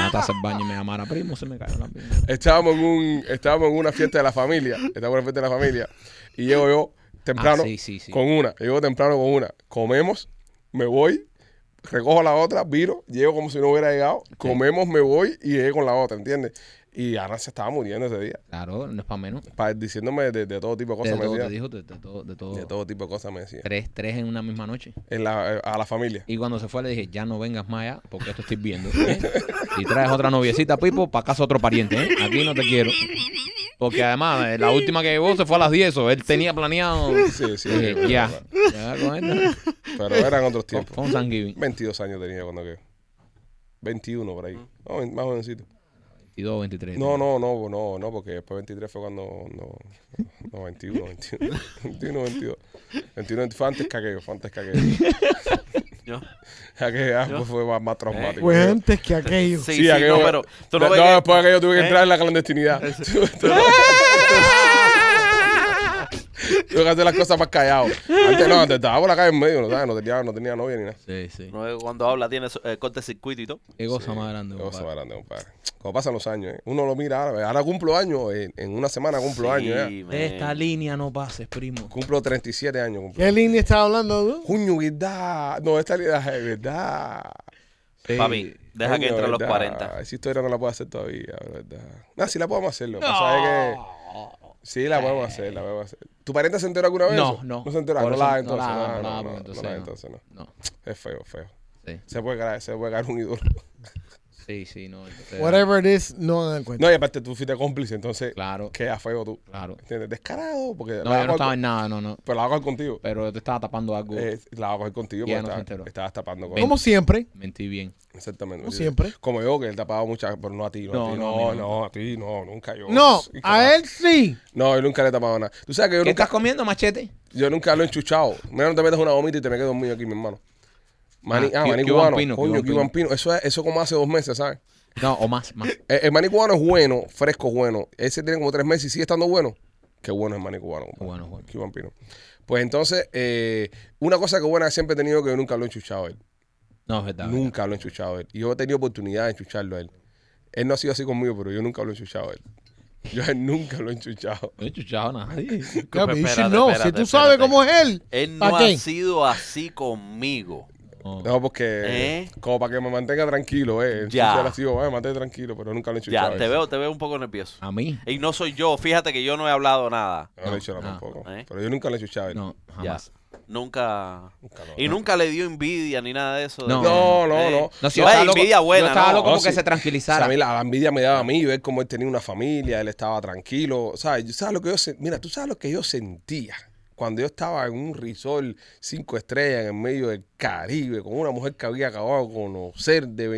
[SPEAKER 2] No te haces baño y me llamara primo, se me cae la pinga.
[SPEAKER 1] estábamos, en un, estábamos en una fiesta de la familia, estábamos en una fiesta de la familia, y llego yo temprano
[SPEAKER 2] Ah, sí, sí, sí.
[SPEAKER 1] con una, llego temprano con una, comemos, me voy, recojo la otra, viro, llego como si no hubiera llegado, comemos, me voy y llegué con la otra, ¿entiendes? Y Ana se estaba muriendo ese día.
[SPEAKER 2] Claro, no es para menos.
[SPEAKER 1] pa- diciéndome de, de todo tipo de
[SPEAKER 2] De
[SPEAKER 1] cosas, me
[SPEAKER 2] todo, Eh. te
[SPEAKER 1] decía.
[SPEAKER 2] dijo, de, de todo, de todo.
[SPEAKER 1] De todo tipo de cosas me decía.
[SPEAKER 2] Tres, tres en una misma noche.
[SPEAKER 1] En la, eh, a la familia.
[SPEAKER 2] Y cuando se fue le dije, ya no vengas más allá, porque esto estoy viendo. ¿eh? Si traes otra noviecita, Pipo, para casa otro pariente, ¿eh? Aquí no te quiero. Porque además, eh, la última que llegó se fue a las 10, o él tenía planeado...
[SPEAKER 1] Sí, sí.
[SPEAKER 2] Le dije,
[SPEAKER 1] sí,
[SPEAKER 2] ya,
[SPEAKER 1] pero-
[SPEAKER 2] ya con esta.
[SPEAKER 1] Pero eran otros
[SPEAKER 2] Fue-
[SPEAKER 1] tiempos.
[SPEAKER 2] Fue un Thanksgiving.
[SPEAKER 1] 22 años tenía cuando que 21 por ahí. No, ve- más jovencito.
[SPEAKER 2] 22, 23.
[SPEAKER 1] No, no, no, no, no, porque después 23 fue cuando. No, no (laughs) 21, 21, 21, 22. 21, 20, fue antes que aquello, fue antes que
[SPEAKER 3] (laughs)
[SPEAKER 1] aquello.
[SPEAKER 3] Yo-
[SPEAKER 1] Aquello ah, pues, fue más, más traumático.
[SPEAKER 4] Fue antes que aquello.
[SPEAKER 3] Sí, sí, no, pero Eh, tú no
[SPEAKER 1] no,
[SPEAKER 3] ves que-
[SPEAKER 1] después aquello tuve que
[SPEAKER 3] ¿Eh?
[SPEAKER 1] entrar en la clandestinidad. (laughs) Tuve que hacer las cosas más callado. Antes no, antes estaba por la calle en medio, ¿no sabes? No tenía, no tenía novia ni nada.
[SPEAKER 2] Sí, sí.
[SPEAKER 3] No, eh, cuando habla tiene eh, cortecircuito y todo.
[SPEAKER 2] Qué cosa más grande.
[SPEAKER 1] Qué cosa
[SPEAKER 2] compadre.
[SPEAKER 1] más grande, compadre. Como pasan los años, ¿eh? Uno lo mira ahora. Ahora cumplo años. En, en una semana cumplo años. ¿eh?
[SPEAKER 3] man.
[SPEAKER 2] De esta línea no pases, primo.
[SPEAKER 1] Cumplo 37 años. Cumplo.
[SPEAKER 4] ¿Qué línea estaba hablando tú?
[SPEAKER 1] Coño, verdad. No, esta realidad es verdad.
[SPEAKER 3] Papi, deja
[SPEAKER 1] Coño,
[SPEAKER 3] que entre a los
[SPEAKER 1] verdad.
[SPEAKER 3] 40.
[SPEAKER 1] Esa historia no la puedo hacer todavía, verdad. No, sí la podemos hacer. Lo que pasa es que... Sí, la podemos hacer, la podemos hacer. ¿Tu pariente se enteró alguna vez?
[SPEAKER 2] No,
[SPEAKER 1] eso?
[SPEAKER 2] no.
[SPEAKER 1] No se enteró.
[SPEAKER 2] Por
[SPEAKER 1] No
[SPEAKER 2] eso
[SPEAKER 1] la
[SPEAKER 2] no
[SPEAKER 1] da entonces.
[SPEAKER 2] la-
[SPEAKER 1] No,
[SPEAKER 2] no la
[SPEAKER 1] no,
[SPEAKER 2] da,
[SPEAKER 1] no, no
[SPEAKER 2] entonces,
[SPEAKER 1] la da,
[SPEAKER 2] no.
[SPEAKER 1] entonces, no.
[SPEAKER 2] No.
[SPEAKER 1] Es feo, feo.
[SPEAKER 2] Sí,
[SPEAKER 1] Se puede caer, se puede caer un
[SPEAKER 2] (laughs)
[SPEAKER 1] ídolo.
[SPEAKER 2] sí, sí, no. este, entonces-
[SPEAKER 4] Whatever it is, no dan cuenta.
[SPEAKER 1] No, y aparte tú fuiste cómplice, entonces
[SPEAKER 2] Claro,
[SPEAKER 1] queda feo tú.
[SPEAKER 2] claro.
[SPEAKER 1] ¿Entiendes? Descarado, porque la
[SPEAKER 2] No,
[SPEAKER 1] voy a
[SPEAKER 2] yo no
[SPEAKER 1] coger
[SPEAKER 2] estaba
[SPEAKER 1] con-
[SPEAKER 2] en nada, no, no.
[SPEAKER 1] Pero la voy a coger contigo.
[SPEAKER 2] Pero yo te estaba tapando algo.
[SPEAKER 1] Eh, la voy a coger contigo
[SPEAKER 2] Ya
[SPEAKER 1] porque
[SPEAKER 2] no
[SPEAKER 1] estaba-
[SPEAKER 2] se enteró.
[SPEAKER 1] estabas tapando con
[SPEAKER 4] Como siempre.
[SPEAKER 2] Mentí bien.
[SPEAKER 1] Exactamente.
[SPEAKER 4] Como
[SPEAKER 1] sí.
[SPEAKER 4] siempre.
[SPEAKER 1] Como yo, que él tapaba muchas, pero no a ti, no, a
[SPEAKER 2] No,
[SPEAKER 1] ti,
[SPEAKER 2] no,
[SPEAKER 1] no,
[SPEAKER 2] a mí no.
[SPEAKER 1] no, a ti, no, nunca yo.
[SPEAKER 4] No,
[SPEAKER 1] Sí, capaz.
[SPEAKER 4] a él sí.
[SPEAKER 1] No, yo nunca le he tapado nada. Tú sabes que yo
[SPEAKER 2] ¿Qué
[SPEAKER 1] nunca,
[SPEAKER 2] estás comiendo, machete?
[SPEAKER 1] yo nunca lo he enchuchado. Mira, no te metas una gomita y te me quedo dormido aquí, mi hermano. Maní,
[SPEAKER 2] Ah,
[SPEAKER 1] ah,
[SPEAKER 2] Cu-
[SPEAKER 1] maní
[SPEAKER 2] Cuban
[SPEAKER 1] cubano.
[SPEAKER 2] Pino,
[SPEAKER 1] Coño,
[SPEAKER 2] Cuban
[SPEAKER 1] Cuban Pino. Eso, es- eso como hace dos meses, ¿sabes?
[SPEAKER 2] No, o más, más.
[SPEAKER 1] El, el maní cubano es bueno, fresco, bueno. Ese tiene como tres meses y sigue estando bueno. Qué bueno es el maní cubano. compadre.
[SPEAKER 2] Bueno, bueno.
[SPEAKER 1] Cuban Pino. Pues entonces, eh, una cosa que buena que siempre he tenido que yo nunca lo he enchuchado eh. a él.
[SPEAKER 2] No, es verdad. verdad.
[SPEAKER 1] nunca lo he enchuchado a él. Y yo he tenido oportunidad de enchucharlo a él. Él no ha sido así conmigo, pero yo nunca lo he enchuchado a él. Yo (laughs) a él nunca lo he enchuchado.
[SPEAKER 2] No he chuchado
[SPEAKER 1] (laughs)
[SPEAKER 2] a nadie.
[SPEAKER 4] Ya,
[SPEAKER 3] Espérate,
[SPEAKER 4] pero you should know.
[SPEAKER 3] espérate,
[SPEAKER 4] si tú
[SPEAKER 3] espérate.
[SPEAKER 4] sabes cómo es él.
[SPEAKER 3] Él no
[SPEAKER 4] ¿Pa'
[SPEAKER 3] ha
[SPEAKER 4] qué?
[SPEAKER 3] sido así conmigo.
[SPEAKER 2] Oh.
[SPEAKER 1] No, porque
[SPEAKER 3] ¿Eh?
[SPEAKER 1] como para que me mantenga tranquilo, eh. El
[SPEAKER 3] Ya.
[SPEAKER 1] chucho era así, oh, eh, mantén tranquilo, pero nunca lo he enchuchado.
[SPEAKER 3] Ya, te veo, te veo un poco nervioso.
[SPEAKER 2] A mí.
[SPEAKER 3] Y no soy yo, fíjate que yo no he hablado nada.
[SPEAKER 1] No, lo he hecho nada
[SPEAKER 2] Ah,
[SPEAKER 1] tampoco.
[SPEAKER 3] ¿eh?
[SPEAKER 1] Pero yo nunca lo he enchuchado.
[SPEAKER 2] No, jamás.
[SPEAKER 3] Ya. Nunca.
[SPEAKER 1] Nunca lo-
[SPEAKER 3] Y Eh. nunca le dio envidia ni nada de eso.
[SPEAKER 2] No.
[SPEAKER 1] No, no, no.
[SPEAKER 2] No, si
[SPEAKER 3] yo
[SPEAKER 2] yo estaba loco,
[SPEAKER 3] envidia buena,
[SPEAKER 2] yo estaba
[SPEAKER 3] ¿no?
[SPEAKER 2] loco
[SPEAKER 1] No,
[SPEAKER 2] porque
[SPEAKER 1] Oh, sí.
[SPEAKER 2] se
[SPEAKER 1] O sea,
[SPEAKER 2] tranquilizara.
[SPEAKER 1] a mí la, la envidia me daba a mí ver cómo él tenía una familia, él estaba tranquilo. ¿Sabes? Yo- ¿Sabes lo que yo sen- Mira, tú sabes lo que yo sentía cuando yo estaba en un resort cinco estrellas en el medio del Caribe con una mujer que había acabado de conocer de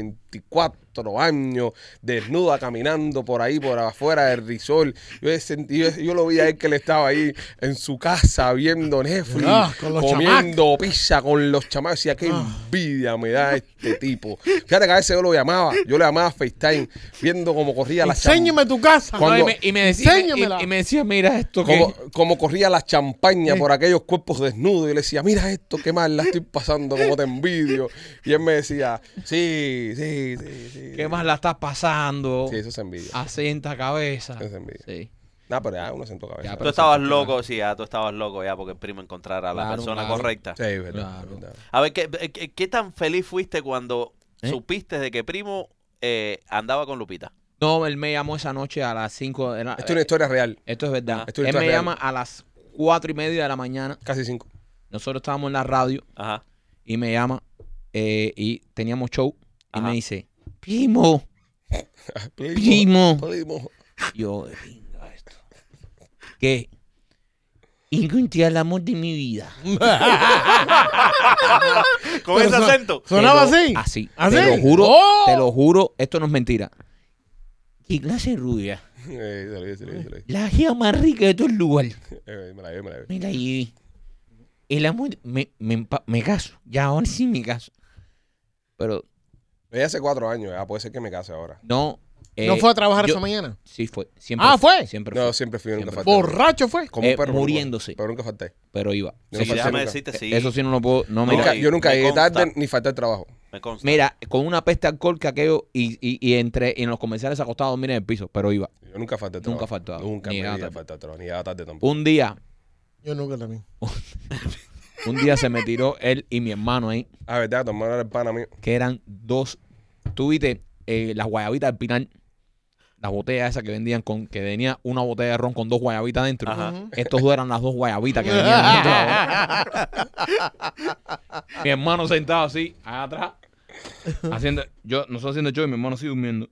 [SPEAKER 1] 24 años, desnuda, caminando por ahí, por afuera del resort. Yo, sentí, yo, yo lo vi a él que él estaba ahí en su casa viendo Netflix,
[SPEAKER 4] Ah, con los
[SPEAKER 1] comiendo pizza con los chamacos. Decía, qué envidia me da este tipo. Fíjate que a veces yo lo llamaba, yo le llamaba a FaceTime, viendo cómo corría la champaña.
[SPEAKER 4] Enséñame tu casa.
[SPEAKER 1] Cuando-
[SPEAKER 2] No, y, me, y me decía, y-
[SPEAKER 4] Enséñamela.
[SPEAKER 2] y me decía, mira esto que...
[SPEAKER 1] Como, como corría la champaña por aquellos cuerpos desnudos. Y yo le decía, mira esto, qué mal la estoy pasando, como te envidio. Y él me decía, sí, sí, sí, sí.
[SPEAKER 2] ¿Qué Ah. más la estás pasando?
[SPEAKER 1] Sí, eso es envidia.
[SPEAKER 2] Asenta cabeza.
[SPEAKER 1] Eso es envidia.
[SPEAKER 2] Sí.
[SPEAKER 1] Nah, pero ya uno se en tu cabeza.
[SPEAKER 2] Ya,
[SPEAKER 3] Tú
[SPEAKER 2] pero-
[SPEAKER 3] estabas
[SPEAKER 2] Perfecto,
[SPEAKER 3] loco, sí, ya, tú estabas loco ya porque el primo encontrara a la
[SPEAKER 2] Claro,
[SPEAKER 3] persona
[SPEAKER 2] claro.
[SPEAKER 3] correcta.
[SPEAKER 1] Sí, es verdad,
[SPEAKER 2] Claro.
[SPEAKER 1] es verdad.
[SPEAKER 3] A ver, ¿qué, eh, qué, qué tan feliz fuiste cuando
[SPEAKER 2] ¿Eh?
[SPEAKER 3] supiste de que primo eh, andaba con Lupita?
[SPEAKER 2] No, él me llamó esa noche a las 5 de la...
[SPEAKER 1] Esto es una historia real,
[SPEAKER 2] Esto es verdad.
[SPEAKER 3] Ah.
[SPEAKER 1] Esto es
[SPEAKER 2] él me
[SPEAKER 1] real.
[SPEAKER 2] llama a las 4 y media de la mañana.
[SPEAKER 1] casi cinco.
[SPEAKER 2] Nosotros estábamos en la radio (laughs)
[SPEAKER 3] Ajá.
[SPEAKER 2] y me llama eh, y teníamos show. Y
[SPEAKER 3] Ajá.
[SPEAKER 2] me dice, primo. Ah, Primo.
[SPEAKER 1] Primo.
[SPEAKER 2] Yo, de pinga esto. ¿Qué? Encontré el amor de mi vida.
[SPEAKER 3] ¿Con ese
[SPEAKER 4] Pero son-
[SPEAKER 3] acento?
[SPEAKER 4] (laughs) ¿Sonaba
[SPEAKER 2] Te lo-
[SPEAKER 4] así?
[SPEAKER 2] Así.
[SPEAKER 4] ¿Así?
[SPEAKER 2] Te lo juro,
[SPEAKER 4] ¡Oh!
[SPEAKER 2] te lo juro, esto no es mentira. ¿Qué clase de rubia?
[SPEAKER 1] (laughs) Eh, se lo dije, se lo dije, se lo dije.
[SPEAKER 2] La gea más rica de todo el lugar.
[SPEAKER 1] Eh, me la llevé, me la llevé.
[SPEAKER 2] Me la llevé. El amor, me, me, empa- me caso. Ya ahora sí me caso. Pero
[SPEAKER 1] Ella hace cuatro años, ya puede ser que me case ahora.
[SPEAKER 2] no. eh,
[SPEAKER 4] ¿No fue a trabajar
[SPEAKER 2] yo-
[SPEAKER 4] esa mañana?
[SPEAKER 2] Sí, fue. Siempre
[SPEAKER 4] Ah, ¿fue?
[SPEAKER 2] Siempre
[SPEAKER 1] No,
[SPEAKER 2] fue.
[SPEAKER 1] siempre fui, nunca
[SPEAKER 2] Siempre.
[SPEAKER 1] falté.
[SPEAKER 4] Borracho fue.
[SPEAKER 1] Como un
[SPEAKER 2] Eh,
[SPEAKER 1] perro,
[SPEAKER 2] muriéndose.
[SPEAKER 1] Pero nunca falté.
[SPEAKER 2] Pero iba.
[SPEAKER 1] Yo no
[SPEAKER 2] Sí, sí,
[SPEAKER 3] Sí,
[SPEAKER 1] pasé
[SPEAKER 2] sí.
[SPEAKER 3] déjame
[SPEAKER 1] nunca.
[SPEAKER 3] decirte, sí.
[SPEAKER 2] Eso sí no lo puedo. No me
[SPEAKER 1] Nunca-
[SPEAKER 3] No, y
[SPEAKER 1] yo nunca
[SPEAKER 3] me
[SPEAKER 1] llegué
[SPEAKER 3] consta.
[SPEAKER 1] tarde ni falté al trabajo.
[SPEAKER 3] Me consta.
[SPEAKER 2] Mira, con una peste de alcohol que aquello y, y, y entre y en los comerciales acostado, miren el piso, pero iba.
[SPEAKER 1] Yo nunca falté al trabajo.
[SPEAKER 2] Nunca faltaba.
[SPEAKER 1] Nunca
[SPEAKER 2] Ni
[SPEAKER 1] me
[SPEAKER 2] llegaba
[SPEAKER 1] iba a
[SPEAKER 2] tarde.
[SPEAKER 1] faltar al trabajo. Ni llegaba tarde tampoco.
[SPEAKER 2] Un día,
[SPEAKER 4] Yo nunca también.
[SPEAKER 2] un día se me tiró él y mi hermano ahí,
[SPEAKER 1] Ah, verdad, tu hermano era el pana mío.
[SPEAKER 2] que eran dos. Tú viste eh, las guayabitas del Pinar, las botellas esas que vendían con, que tenía una botella de ron con dos guayabitas dentro.
[SPEAKER 3] Ajá.
[SPEAKER 4] Ujú.
[SPEAKER 2] Estos dos eran las dos guayabitas que venían dentro. mi hermano sentado así, allá atrás, haciendo, yo, nosotros haciendo show y mi hermano así durmiendo.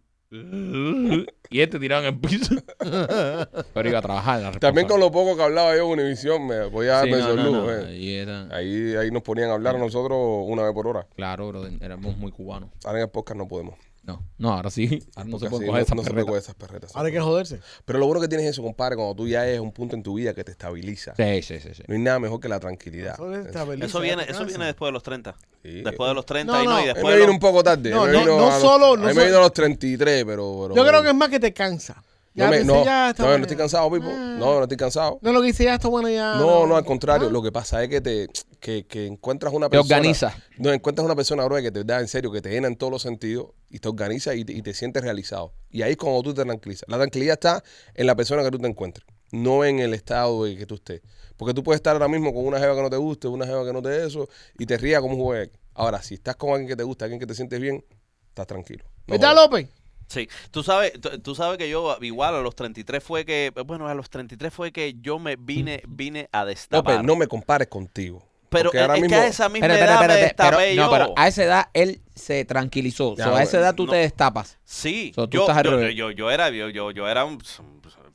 [SPEAKER 2] Y este tirado en el piso. Pero iba a trabajar. era
[SPEAKER 1] También
[SPEAKER 2] responsable.
[SPEAKER 1] con lo poco que hablaba yo en Univisión, me voy a dar
[SPEAKER 2] Sí, no,
[SPEAKER 1] besos
[SPEAKER 2] no,
[SPEAKER 1] lujo.
[SPEAKER 2] no,
[SPEAKER 1] eh.
[SPEAKER 2] y era-
[SPEAKER 1] Ahí, ahí nos ponían a hablar a nosotros una vez por hora.
[SPEAKER 2] claro, bro, éramos muy cubanos.
[SPEAKER 1] Ahora en el podcast no podemos.
[SPEAKER 2] No, no, ahora sí. Ahora no
[SPEAKER 1] Porque
[SPEAKER 2] se pueden
[SPEAKER 1] así
[SPEAKER 2] coger esas
[SPEAKER 1] no se puede
[SPEAKER 2] perretas.
[SPEAKER 1] coger esas perretas.
[SPEAKER 4] Ahora hay que joderse.
[SPEAKER 1] Pero lo bueno que tienes es eso, compadre, cuando tú ya es un punto en tu vida que te estabiliza.
[SPEAKER 2] Sí, sí, sí. sí.
[SPEAKER 1] No hay nada mejor que la tranquilidad. Eh,
[SPEAKER 4] Eso es estabiliza,
[SPEAKER 3] Eso viene,
[SPEAKER 4] te
[SPEAKER 3] eso
[SPEAKER 4] cansa.
[SPEAKER 3] viene después de los 30.
[SPEAKER 1] Sí.
[SPEAKER 3] Después de los 30
[SPEAKER 4] No,
[SPEAKER 3] y no,
[SPEAKER 4] no.
[SPEAKER 3] y
[SPEAKER 4] Él
[SPEAKER 1] Él
[SPEAKER 3] después
[SPEAKER 1] me
[SPEAKER 3] de
[SPEAKER 1] vino
[SPEAKER 3] los-
[SPEAKER 1] un poco tarde.
[SPEAKER 4] No,
[SPEAKER 1] Él
[SPEAKER 4] no-
[SPEAKER 1] me vino
[SPEAKER 4] no
[SPEAKER 1] a los-
[SPEAKER 4] solo-
[SPEAKER 1] A mí
[SPEAKER 4] no
[SPEAKER 1] me
[SPEAKER 4] solo-
[SPEAKER 1] vino a los 33, pero... pero
[SPEAKER 4] Yo creo que es más que te cansa. Ya
[SPEAKER 1] No, me-
[SPEAKER 4] pensé,
[SPEAKER 1] no,
[SPEAKER 4] ya, está
[SPEAKER 1] no, no
[SPEAKER 4] bueno,
[SPEAKER 1] estoy
[SPEAKER 4] ya.
[SPEAKER 1] cansado, Pipo.
[SPEAKER 4] Ah.
[SPEAKER 1] No, no estoy cansado.
[SPEAKER 4] No, lo que hice ya está bueno ya. Ah.
[SPEAKER 1] No, no, al contrario. Lo que pasa es que te que, que encuentras una
[SPEAKER 2] Te
[SPEAKER 1] persona.
[SPEAKER 2] organiza.
[SPEAKER 1] No, encuentras una persona, bro, que te da en serio, que te llena en todos los sentidos y te organiza y te, y te sientes realizado. Y ahí es cuando tú te tranquilizas. La tranquilidad está en la persona que tú te encuentres, no en el estado de que tú estés. Porque tú puedes estar ahora mismo con una jeva que no te guste, una jeva que no te eso, y te rías como un juez. Ahora, si estás con alguien que te gusta, alguien que te sientes bien, estás tranquilo. No
[SPEAKER 4] ¿Está
[SPEAKER 1] jodas.
[SPEAKER 4] López?
[SPEAKER 3] Sí, tú sabes, tú, tú sabes que yo igual a los 33 fue que, bueno, a los 33 fue que yo me vine, vine a destapar.
[SPEAKER 1] López, no me compares contigo.
[SPEAKER 3] pero
[SPEAKER 1] Porque
[SPEAKER 3] es,
[SPEAKER 1] ahora
[SPEAKER 3] es que
[SPEAKER 1] mismo-
[SPEAKER 3] a esa misma
[SPEAKER 2] Espérate,
[SPEAKER 3] edad
[SPEAKER 2] espérate,
[SPEAKER 3] me
[SPEAKER 2] espérate, pero-
[SPEAKER 3] destapé
[SPEAKER 2] no,
[SPEAKER 3] yo.
[SPEAKER 2] pero a esa edad él se tranquilizó.
[SPEAKER 1] Ya, pues,
[SPEAKER 2] So, a esa
[SPEAKER 1] bueno,
[SPEAKER 2] edad tú
[SPEAKER 3] no.
[SPEAKER 2] te destapas.
[SPEAKER 3] Sí,
[SPEAKER 2] So, tú
[SPEAKER 3] yo,
[SPEAKER 2] estás al
[SPEAKER 3] yo,
[SPEAKER 2] revés.
[SPEAKER 3] yo, yo era, yo, yo, yo era un